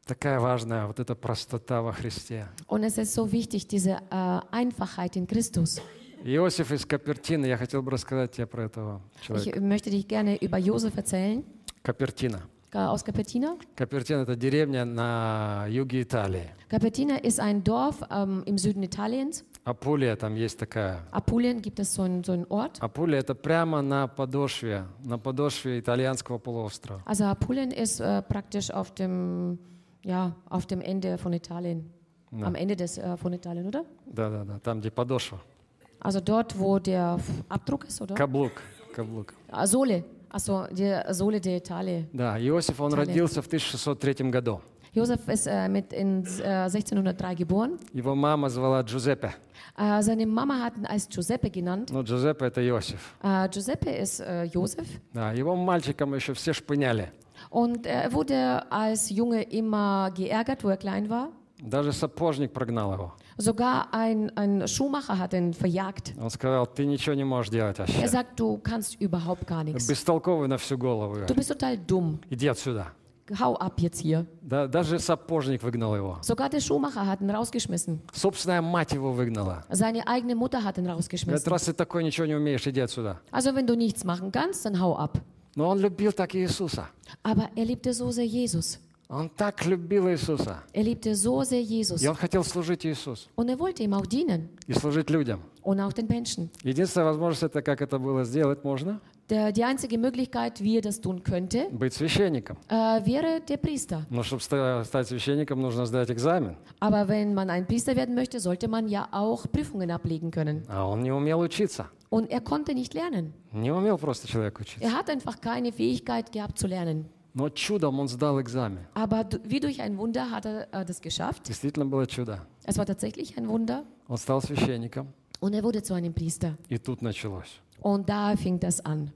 Такая важная вот эта простота во Христе. Und es ist so wichtig, diese äh, Einfachheit in Christus. Иосиф из Капертины, я хотел бы рассказать тебе про этого человека. Ich möchte dich gerne über Josef erzählen, Капертина. äh, aus Capetina. Капертина — это деревня на юге Италии. Capetina ist ein Dorf ähm, im Süden Italiens. Апулия там есть такая. Apulien gibt es so einen, so einen Ort. Апулия — это прямо на подошве, на подошве итальянского полуострова. Also Apulien ist äh, praktisch auf dem, ja, auf dem Ende von Italien. Am Ende des, äh, von Italien, oder? Да-да-да, там, где подошва. Also dort, wo der F- Abdruck ist, oder? Каблук, каблук. Ah, Sole. Also die Sole der Italie. Да, Иосиф, он Италия. родился в 1603 году. Josef ist äh, mit in äh, 1603 geboren. Его мама звала Джузеппе. Äh, seine Mama hat ihn als Giuseppe genannt. Ну, Джузеппе — это Иосиф. Äh, Giuseppe ist äh, Josef Да, его мальчиком еще все шпыняли. und er wurde als Junge immer geärgert, wo er klein war. Даже сапожник прогнал его. Sogar ein, ein Schuhmacher hat ihn verjagt. Он сказал, ты ничего не можешь делать вообще. Er sagt, du kannst überhaupt gar nichts. Бестолковый на всю голову. Du bist total dumm. Иди отсюда. Hau ab jetzt hier. Да, даже сапожник выгнал его. Sogar der Schuhmacher hat ihn rausgeschmissen. Собственная мать его выгнала. Seine eigene Mutter hat ihn Говорит, rausgeschmissen. раз ты такой ничего не умеешь, иди отсюда. Also wenn du nichts machen kannst, dann hau ab. Но он любил так Иисуса. Aber er liebte so sehr Jesus. Он так любил Иисуса. Er liebte so sehr Jesus. И он хотел служить Иисусу. Und er wollte ihm auch dienen И служить людям. und auch den Menschen. Единственная возможность, это как это было сделать можно, Der, die einzige Möglichkeit, wie er das tun könnte, быть священником. äh, wäre der Priester. Но чтобы ста- стать священником, нужно сдать экзамен. Aber wenn man ein Priester werden möchte, sollte man ja auch Prüfungen ablegen können. А он не умел учиться. Und er konnte nicht lernen. Не умел просто человек учиться. Er hat einfach keine Fähigkeit gehabt zu lernen. Но чудом он сдал экзамен. Aber du- wie durch ein Wunder hat er äh, das geschafft. Действительно было чудо. Es war tatsächlich ein Wunder. Он стал священником. Und er wurde zu einem Priester. И тут началось. Und da fing das an.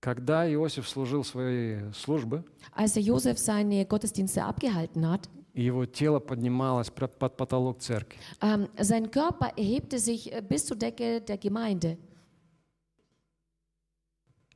Когда Иосиф служил свои службы, Als der Josef seine Gottesdienste abgehalten hat, его тело поднималось пр- под потолок церкви. ähm, sein Körper erhebte sich äh, bis zur Decke der Gemeinde,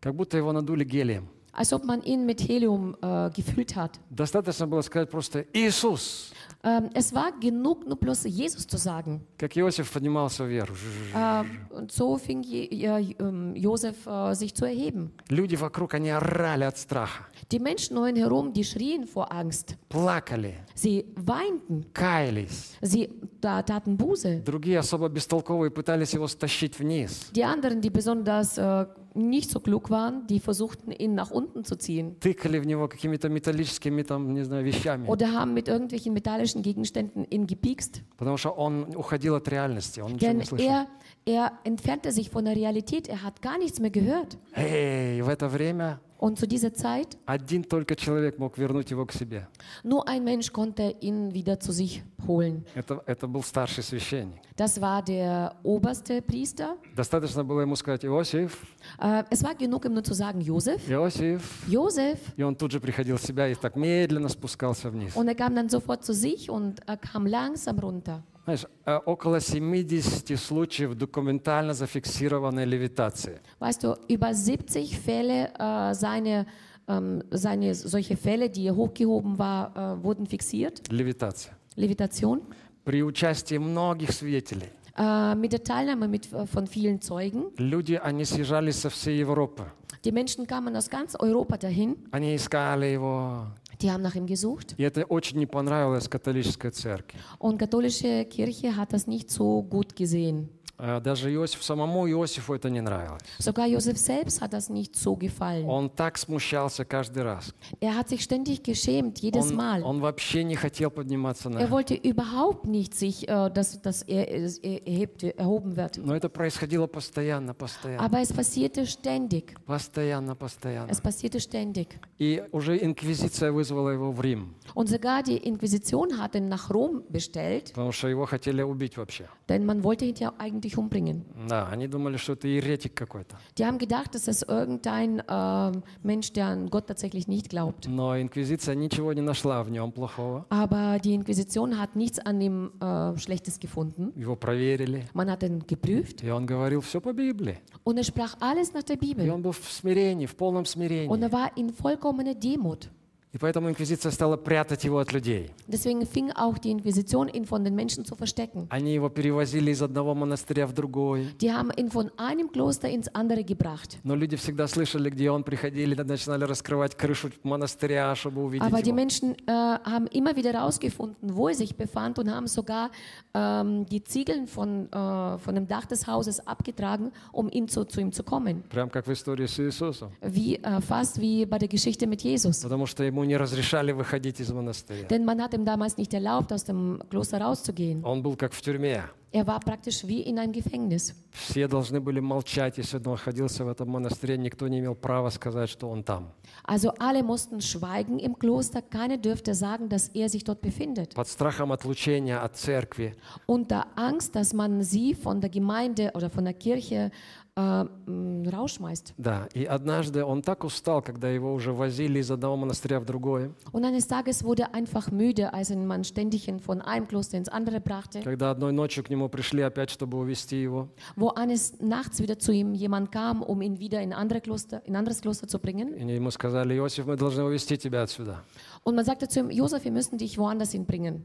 Как будто его надули гелием. als ob man ihn mit Helium äh, gefüllt hat. Достаточно было сказать просто «Иисус!» Ähm, es war genug, nur bloß Jesus zu sagen. Как Иосиф поднимался вверх. Жжж. Ähm, und so fing Je äh, ähm, Josef äh, sich zu erheben. Люди вокруг, они орали от страха, Die Menschen um ihn herum, die schrien vor Angst. плакали, Sie weinten, каялись. sie da taten Buße. Другие особо бестолковые пытались его стащить вниз. Die anderen, die besonders äh, nicht so klug waren, die versuchten, ihn nach unten zu ziehen Тыкали в него какими-то металлическими, там, не знаю, вещами. oder haben mit irgendwelchen metallischen Gegenständen ihn gepiekst. Потому что он уходил от реальности, он ничего Denn не слышал. er, er entfernte sich von der Realität, er hat gar nichts mehr gehört. Эй, в это время Und zu dieser Zeit Один только человек мог вернуть его к себе. nur ein Mensch konnte ihn wieder zu sich holen. Это, это был старший священник. Das war der oberste Priester. Достаточно было ему сказать «Иосиф, Äh, es war genug, ihm nur zu sagen, Josef, Иосиф». Josef. И он тут же приходил в себя и так медленно спускался вниз. Und er kam dann sofort zu sich und er kam langsam runter. Знаешь, э, около 70 случаев документально зафиксированной левитации. Weißt du, über 70 Fälle, äh, seine, ähm, seine, solche Fälle, die hochgehoben war, äh, wurden fixiert. Левитация. Levitation. При участии многих свидетелей. Äh, mit der Teilnahme mit, äh, von vielen Zeugen. Люди, они съезжались со всей Европы. Die Menschen kamen aus ganz Europa dahin. Они искали его. Die haben nach ihm gesucht. И это очень не понравилось католической церкви. Und katholische Kirche hat das nicht so gut gesehen. Э, Даже Иосиф, самому Иосифу это не нравилось. Sogar Josef selbst hat das nicht so gefallen. Он так смущался каждый раз. Er hat sich ständig geschämt, jedes Он, Mal. он вообще не хотел подниматься Er на... wollte überhaupt nicht sich, äh, dass, dass er, es- er erhebt, erhoben wird. Но это происходило постоянно, постоянно, Aber es passierte ständig. постоянно, постоянно. Es passierte ständig. И уже инквизиция вызвала его в Рим, Und sogar die Inquisition hat ihn nach Rom bestellt, потому что его хотели убить вообще. denn man wollte ihn ja eigentlich umbringen. Да, они думали, что это еретик какой-то. Die haben gedacht, dass es irgendein ähm, Mensch, der an Gott tatsächlich nicht glaubt. Но инквизиция ничего не нашла в нем плохого. Aber die Inquisition hat nichts an ihm äh, Schlechtes gefunden. Его проверили. Man hat ihn geprüft И он говорил все по Библии. und er sprach alles nach der И Bibel. он был в смирении, в полном Und смирении. er war in vollkommener Demut. И поэтому инквизиция стала прятать его от людей. Deswegen fing auch die Inquisition, ihn von den Menschen zu verstecken. Они его перевозили из одного монастыря в другой. Die haben ihn von einem Kloster ins andere gebracht. Но люди всегда слышали, где он приходили, начинали раскрывать крышу монастыря, чтобы увидеть Aber die его. Menschen äh, haben immer wieder herausgefunden, wo er sich befand und haben sogar ähm, die Ziegeln von, äh, von dem Dach des Hauses abgetragen, um ihm zu, zu ihm zu kommen. Прям как в истории с Иисусом. Wie, äh, fast wie bei der Geschichte mit Jesus. Потому что ему не разрешали выходить из монастыря. Denn man hat ihm damals nicht erlaubt, aus dem Kloster rauszugehen. Он был как в тюрьме. Er war praktisch wie in einem Gefängnis. Все должны были молчать, если он находился в этом монастыре, никто не имел права сказать, что он там. Also alle mussten schweigen im Kloster, keiner dürfte sagen, dass er sich dort befindet. Под страхом отлучения от церкви Unter Angst, dass man sie von der Gemeinde oder von der Kirche äh, mh, rausschmeißt. Да, и однажды он так устал, когда его уже возили из одного монастыря в другое, Und eines Tages wurde er einfach müde, als ihn man ständig in- von einem Kloster ins andere brachte, когда одной ночью к нему пришли опять, чтобы увести его. wo eines Nachts wieder zu ihm jemand kam, um ihn wieder in, andere Kloster, in anderes Kloster zu bringen. И ему сказали, Иосиф, мы должны увести тебя отсюда. Und man sagte zu ihm, Josef, wir müssen dich woanders hinbringen.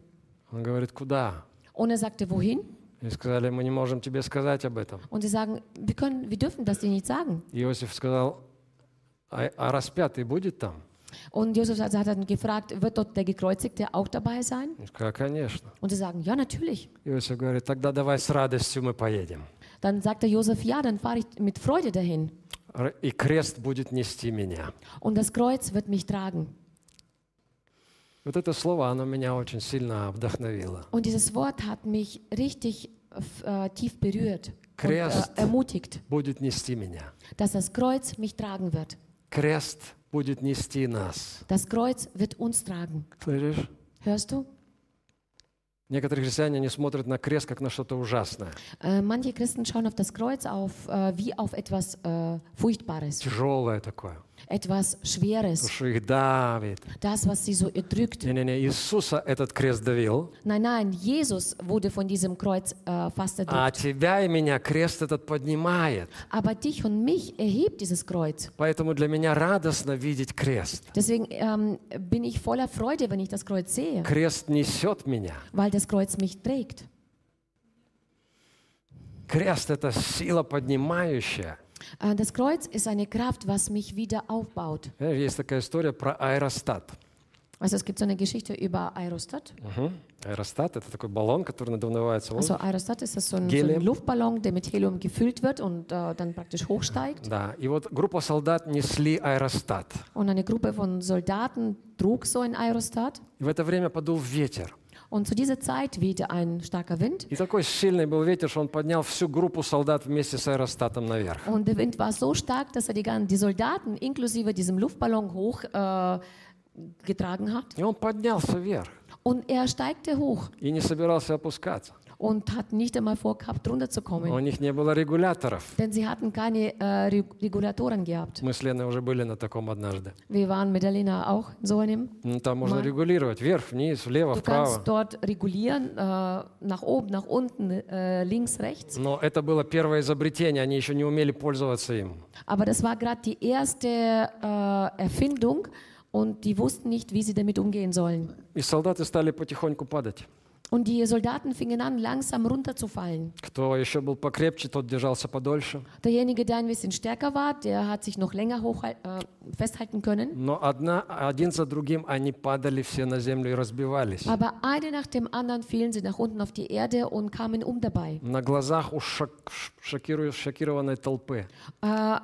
Он говорит, куда? Und er sagte, wohin? И сказали, мы не можем тебе сказать об этом. Und sie sagen, wir, können, wir dürfen das dir nicht sagen. И Иосиф сказал, а, а распятый будет там? Und Josef hat hat dann gefragt, wird dort der Gekreuzigte auch dabei sein? И сказал, конечно. Und sie sagen, ja, natürlich. Иосиф говорит, тогда давай с радостью мы поедем. Dann sagte Josef, ja, dann fahre ich mit Freude dahin. Р- И крест будет нести меня. Und das Kreuz wird mich tragen. Вот это слово, оно меня очень сильно вдохновило. Und dieses Wort hat mich richtig äh, tief berührt und äh, Kreast. ermutigt, Будет нести меня. dass das Kreuz mich tragen wird. Крест будет нести нас. Das Kreuz wird uns tragen. Слышишь? Hörst du? Некоторые христиане не смотрят на крест как на что-то ужасное, Äh, manche Christen schauen auf das Kreuz auf, äh, wie auf etwas äh, Furchtbares, тяжелое такое, etwas потому Schweres, что их давит. das, was sie so erdrückt. Не-не-не, Иисуса этот крест давил, Nein, nein, Jesus wurde von diesem Kreuz äh, fast а erdrückt. тебя и меня крест этот поднимает. Aber dich und mich erhebt dieses Kreuz. Поэтому для меня радостно видеть крест. Deswegen ähm, bin ich voller Freude, wenn ich das Kreuz sehe, Крест несет меня. weil das Kreuz mich trägt. Крест — это сила поднимающая. Äh, Das Kreuz ist eine Kraft, was mich wieder aufbaut. Знаешь, Есть такая история про аэростат. Also es gibt so eine Geschichte über Aerostat. Мгм. Аэростат — это такой баллон, который надувается. Also Aerostat ist das so ein, so Helium. ein Luftballon, der mit Helium gefüllt wird und äh, dann praktisch hochsteigt. Да, и вот группа солдат несли аэростат. Und eine Gruppe von Soldaten trug so ein Aerostat. И в это время подул ветер. Und zu dieser Zeit wehte ein starker Wind. И такой сильный был ветер, что он поднял всю группу солдат вместе с аэростатом наверх. Und der Wind war so stark, dass er die, gan- die Soldaten inklusive diesem Luftballon hoch äh, getragen hat. И он поднялся вверх Und er steigte hoch и не собирался опускаться. und hat nicht einmal vorgehabt, runterzukommen. У них не было регуляторов. Denn sie hatten keine äh, Reg- Regulatoren gehabt. Мы с Леной уже были на таком однажды. Wir waren mit Elena auch in so einem. Ну, там можно Ма- регулировать вверх, вниз, влево, Du kannst вправо. dort regulieren, äh, nach oben, nach unten, äh, links, rechts. Но это было первое изобретение, они еще не умели пользоваться им. Aber das war gerade die erste äh, Erfindung und die wussten nicht, wie sie damit umgehen sollen. И солдаты стали потихоньку падать. Und die Soldaten fingen an, langsam runterzufallen. Кто еще был покрепче, тот держался подольше. Derjenige, der ein bisschen stärker war, der hat sich noch länger hoch, äh, festhalten können. Но одна, один за другим они падали все на землю и разбивались. Aber eine nach dem anderen fielen sie nach unten auf die Erde und kamen um dabei. На глазах у шок- ш- шокиру- шокированной толпы. Äh,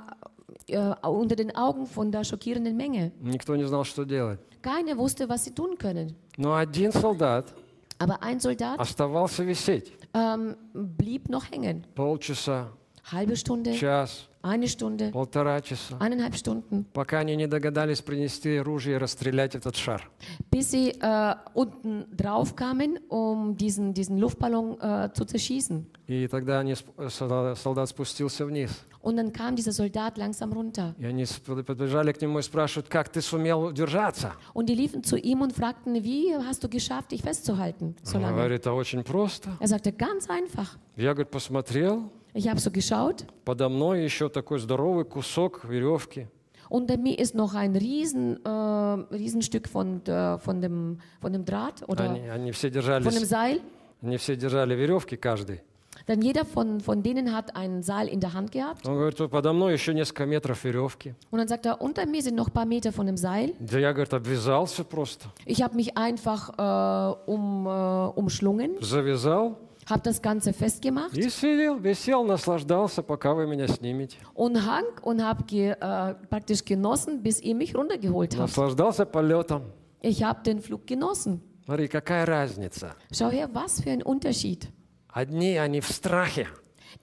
äh, unter den Augen von der schockierenden Menge. Никто не знал, что делать. Keiner wusste, was sie tun können. Но один солдат Aber ein Soldat оставался висеть. ähm, blieb noch hängen. Полчаса, Halbe Stunde, час, eine Stunde, полтора часа. eineinhalb Stunden. Пока они не догадались принести оружие и расстрелять этот шар. bis sie äh, unten drauf kamen, um diesen, diesen Luftballon äh, zu zerschießen. И тогда они, сп- э, солда- солдат спустился вниз. Und dann kam dieser Soldat langsam runter. И они сп- подбежали к нему и спрашивают, как ты сумел удержаться? Und die liefen zu ihm und fragten, wie hast du geschafft, dich festzuhalten so Он lange? говорит, а очень просто. Er sagte, ganz einfach. Я, говорит, посмотрел, Ich habe so geschaut подо мной еще такой здоровый кусок веревки. und da mir ist noch ein Riesen, äh, Riesenstück von, der- von, dem, von dem Draht oder Они, они все von dem держались, Seil. они все держали веревки каждый. Denn jeder von, von denen hat einen Seil in der Hand gehabt. Он говорит, «Вот подо мной еще несколько метров веревки. Und dann sagt er, unter mir sind noch ein paar Meter von dem Seil. Да я, говорит, обвязался просто. Ich habe mich einfach äh, um, äh, umschlungen, Завязал habe das Ganze festgemacht и сидел, висел, наслаждался, пока вы меня снимете. und hang und habe ge, äh, praktisch genossen, bis ihr mich runtergeholt habt. Наслаждался полетом. Ich habe den Flug genossen. Смотри, какая разница. Schau her, was für ein Unterschied. Одни, они в страхе.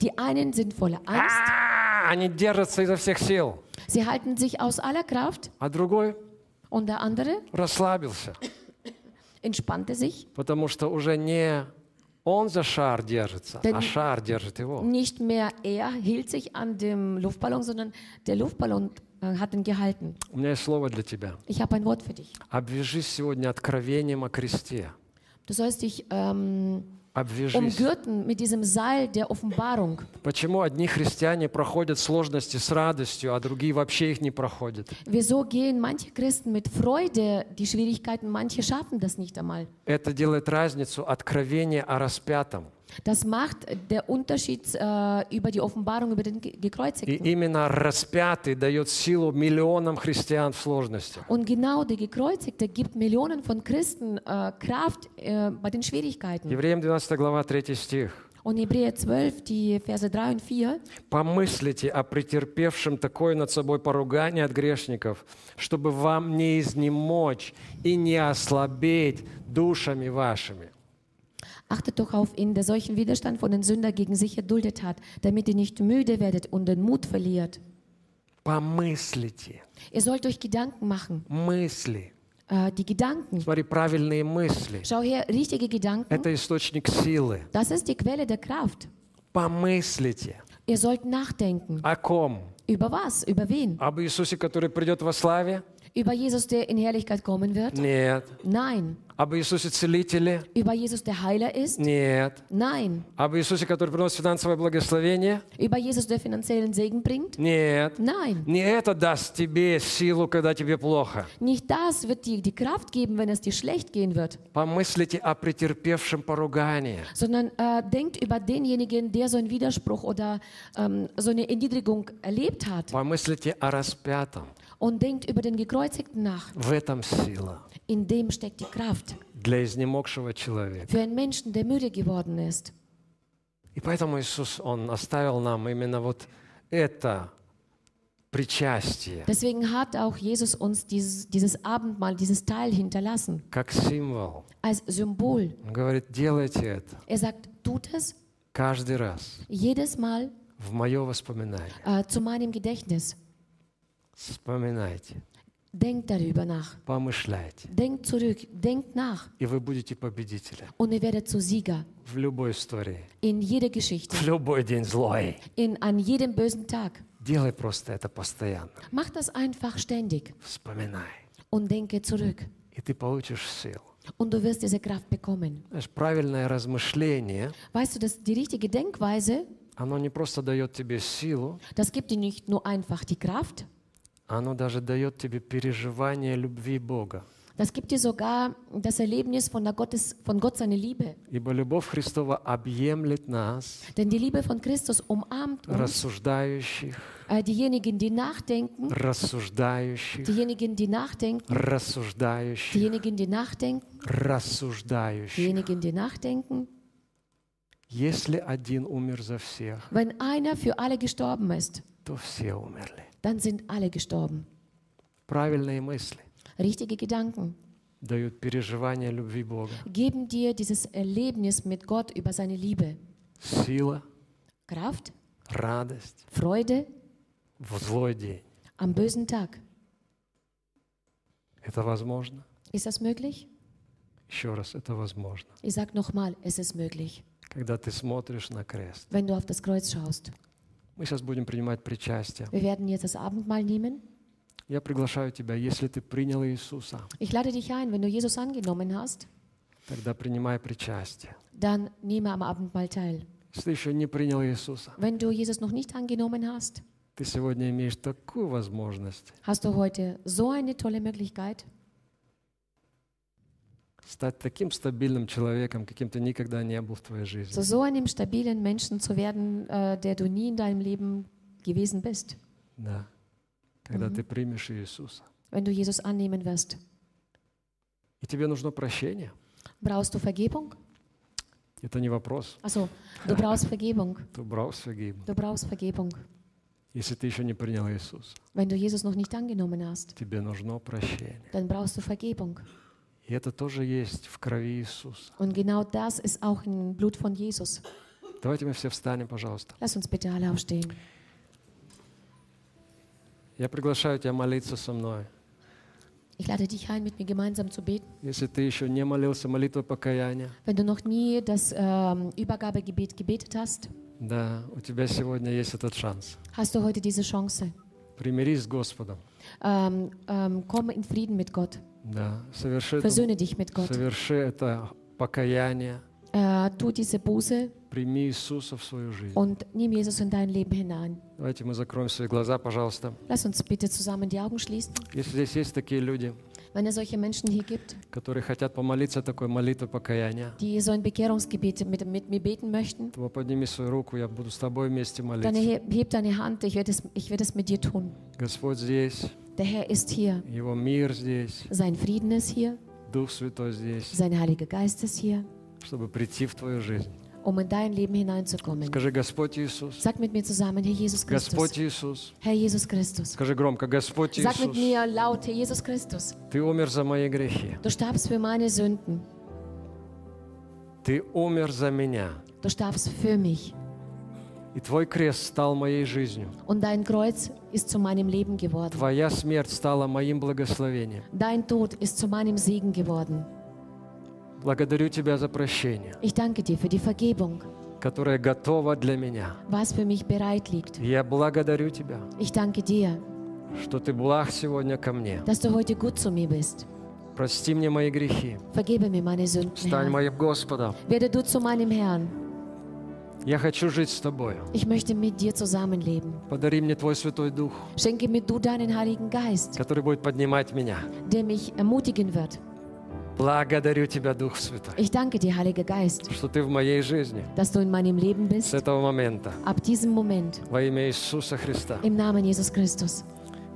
Die einen sind voller Ah. Angst, А, Они держатся изо всех сил. sie halten sich aus aller Kraft А другой und der andere расслабился, entspannte sich. потому что уже не он за шар держится, Да а не- шар держит его. Nicht mehr er hielt sich an dem Luftballon, sondern der Luftballon äh, hat ihn gehalten. У меня есть слово для тебя. Ich habe ein Wort für dich. Обвяжись сегодня откровением о кресте. Du sollst dich ähm, Обвяжись. umgürten mit diesem Seil der Offenbarung. Почему одни христиане проходят сложности с радостью, а другие вообще их не проходят? Wieso gehen manche Christen mit Freude die Schwierigkeiten, manche schaffen das nicht einmal? Это делает разницу откровения о распятом. Das macht der Unterschied äh, über die Offenbarung über den Ge- И Gekreuzigten. именно распятый дает силу миллионам христиан в сложностях. Und genau der Gekreuzigte gibt Millionen von Christen äh, Kraft äh, bei den Schwierigkeiten. Евреям 12 глава 3 стих. Und Hebräer 12, die Verse 3 und 4, «Помыслите о претерпевшем такое над собой поругание от грешников, чтобы вам не изнемочь и не ослабеть душами вашими». achtet doch auf ihn, der solchen Widerstand von den Sündern gegen sich erduldet hat, damit ihr nicht müde werdet und den Mut verliert. Помыслите. Ihr sollt euch Gedanken machen, Мысли. äh, die Gedanken. Смотри, правильные мысли. Schau her, richtige Gedanken, Это источник силы. das ist die Quelle der Kraft. Помыслите. Ihr sollt nachdenken. О ком? Über was? Über wen? Об Иисусе, который придет во славе? Über Jesus, der in Herrlichkeit kommen wird? Нет. Nein. Об Иисусе Целителе? Über Jesus, der Heiler ist? Нет. Nein. Об Иисусе, который приносит финансовое благословение? Über Jesus, der finanziellen Segen bringt? Нет. Nein. Не это даст тебе силу, когда тебе плохо. Nicht das wird dir die Kraft geben, wenn es dir schlecht gehen wird, Помыслите о претерпевшем поругание. sondern äh, denkt über denjenigen, der so einen Widerspruch oder ähm, so eine Erniedrigung erlebt hat Помыслите о распятом. und denkt über den Gekreuzigten nach. В этом сила In dem steckt die Kraft для изнемогшего человека. für einen Menschen, der müde geworden ist. И поэтому Иисус, Он оставил нам именно вот это причастие, Deswegen hat auch Jesus uns dieses, dieses Abendmahl, dieses Teil hinterlassen, как символ. als Symbol. Он говорит, делайте это Er sagt, tut es каждый раз jedes Mal в мое воспоминание. äh, zu meinem Gedächtnis. Вспоминайте, Denkt darüber nach. помышляйте, Denkt zurück. Denkt nach. и вы будете победителем Und ihr werdet zu Sieger в любой истории, in jeder Geschichte, в любой день злой. in, an jedem bösen Tag. Делай просто это постоянно. Mach das einfach ständig Вспоминай, und denke zurück. и ты получишь силу. Und du wirst diese Kraft bekommen. Знаешь, правильное размышление, Weißt du, dass die richtige Denkweise, оно не просто дает тебе силу, das gibt dir nicht nur einfach die Kraft, оно даже дает тебе переживание любви Бога. das gibt dir sogar das Erlebnis von, der Gottes, von Gott seine Liebe. Ибо любовь Христова объемлет нас, Denn die Liebe von Christus umarmt uns, рассуждающих, äh, diejenigen, die nachdenken, рассуждающих, diejenigen, die nachdenken, рассуждающих, diejenigen, die nachdenken, рассуждающих. diejenigen, die nachdenken. Если один умер за всех, Wenn einer für alle gestorben ist, то все умерли. dann sind alle gestorben. Правильные мысли Richtige Gedanken дают переживание любви Бога. geben dir dieses Erlebnis mit Gott über seine Liebe. Сила, Kraft, радость Freude в злой день. am bösen Tag. Это возможно? Ist das möglich? Еще раз, это возможно. Ich sage nochmal, es ist möglich, Когда ты смотришь на крест. wenn du auf das Kreuz schaust. Мы сейчас будем принимать причастие. Wir werden jetzt das Abendmahl nehmen. Я приглашаю тебя, если ты принял Иисуса, Ich lade dich ein, wenn du Jesus angenommen hast, тогда принимай причастие. dann nehme am Abendmahl teil. Если ты еще не принял Иисуса, Wenn du Jesus noch nicht angenommen hast, ты сегодня имеешь такую возможность hast du heute so eine tolle Möglichkeit, стать таким стабильным человеком, каким ты никогда не был в твоей жизни. zu so einem stabilen Menschen zu werden, äh, der du nie in deinem Leben gewesen bist, Да. Когда ты примешь Иисуса. wenn du Jesus annehmen wirst. И тебе нужно прощение. Brauchst du Vergebung? Это не вопрос. Also, du brauchst Vergebung. Ты брал Сергеем. Du brauchst Vergebung. Если ты еще не принял Иисуса, Wenn du Jesus noch nicht angenommen hast, тебе нужно прощение. dann brauchst du Vergebung. И это тоже есть в крови Иисуса. Und genau das ist auch im Blut von Jesus. Давайте мы все встанем, пожалуйста. Lass uns bitte alle aufstehen. Я приглашаю тебя молиться со мной. Ich lade dich ein, mit mir gemeinsam zu beten. Если ты еще не молился молитвой покаяния, Wenn du noch nie das ähm, Übergabegebet gebetet hast, да, у тебя сегодня есть этот шанс. hast du heute diese Chance. Примирись с Господом. Ähm, ähm, komm in Frieden mit Gott. Да, соверши это, Versöhne dich mit Gott. соверши это покаяние. Äh, tu diese Buße Прими Иисуса в свою жизнь. und nimm Jesus in dein Leben hinein. Давайте мы закроем свои глаза, пожалуйста. Lass uns bitte zusammen die Augen schließen. Если здесь есть такие люди, Wenn es solche Menschen hier gibt, которые хотят помолиться такой молитвой покаяния, die so ein Bekehrungsgebet mit, mit mir beten möchten, то подними свою руку, я буду с тобой вместе Dann молиться. heb, heb deine Hand, ich werde, es, ich werde es mit dir tun. Господь здесь, Der Herr ist hier, Его мир здесь, sein Frieden ist hier, Дух Святой здесь, sein Heiliger Geist ist hier, чтобы прийти в твою жизнь. um in dein Leben hineinzukommen. Скажи, Господь Иисус, Sag mit mir zusammen, Herr Jesus Christus. Господь Иисус, Herr Jesus Christus. Скажи громко, Господь Sag mit Иисус, mir laut, Herr Jesus Christus. Ты умер за мои грехи, Du starbst für meine Sünden. Ты умер за меня, Du starbst für mich. и Твой крест стал моей жизнью, Und dein Kreuz ist zu meinem Leben geworden. Твоя смерть стала моим благословением. Dein Tod ist zu meinem Segen geworden. Благодарю Тебя за прощение, Ich danke dir für die Vergebung, которое готово для меня. was für mich bereit liegt. Я благодарю Тебя, Ich danke dir, что Ты благ сегодня ко мне. dass du heute gut zu mir bist. Прости мне мои грехи, Vergebe mir meine Sünden. стань Herr. моим Господом. Werde du zu meinem Herrn. Я хочу жить с Тобою. Ich möchte mit dir zusammenleben. Подари мне Твой Святой Дух, Schenke mir du deinen Heiligen Geist, который будет поднимать меня. der mich ermutigen wird. Благодарю Тебя, Дух Святой, Ich danke dir, Heiliger Geist, что Ты в моей жизни dass du in meinem Leben с bist. этого момента. Ab diesem Moment. Во имя Иисуса Христа. Im Namen Jesus Christus.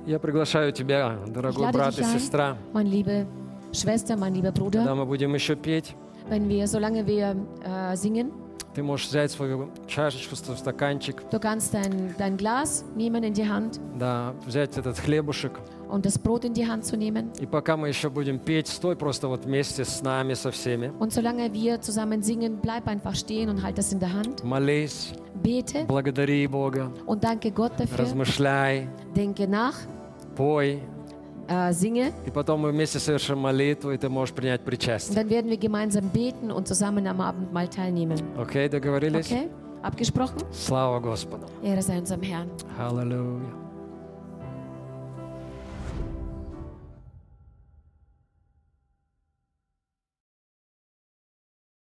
Я приглашаю тебя, Ich дорогой lade брат и dich сестра, ein, mein liebe Schwester, mein lieber когда Bruder, мы будем еще петь, wenn wir, solange wir äh, singen, Ты можешь взять свою чашечку, свой стаканчик, Du kannst dein, dein Glas nehmen in die Hand да, взять этот хлебушек. und das Brot in die Hand zu nehmen. И пока мы еще будем петь, стой просто вот вместе с нами, со всеми. Und solange wir zusammen singen, bleib einfach stehen und halt das in der Hand. Молись, Bete благодари Бога, und danke Gott dafür. размышляй, Denke nach, пой. äh, singe. И потом мы вместе совершим молитву, и ты можешь принять Und причастие. dann werden wir gemeinsam beten und zusammen am Abendmahl teilnehmen. Окей, договорились? Okay? Abgesprochen? Слава Господу! Ehre sei unserem Herrn. Аллилуйя!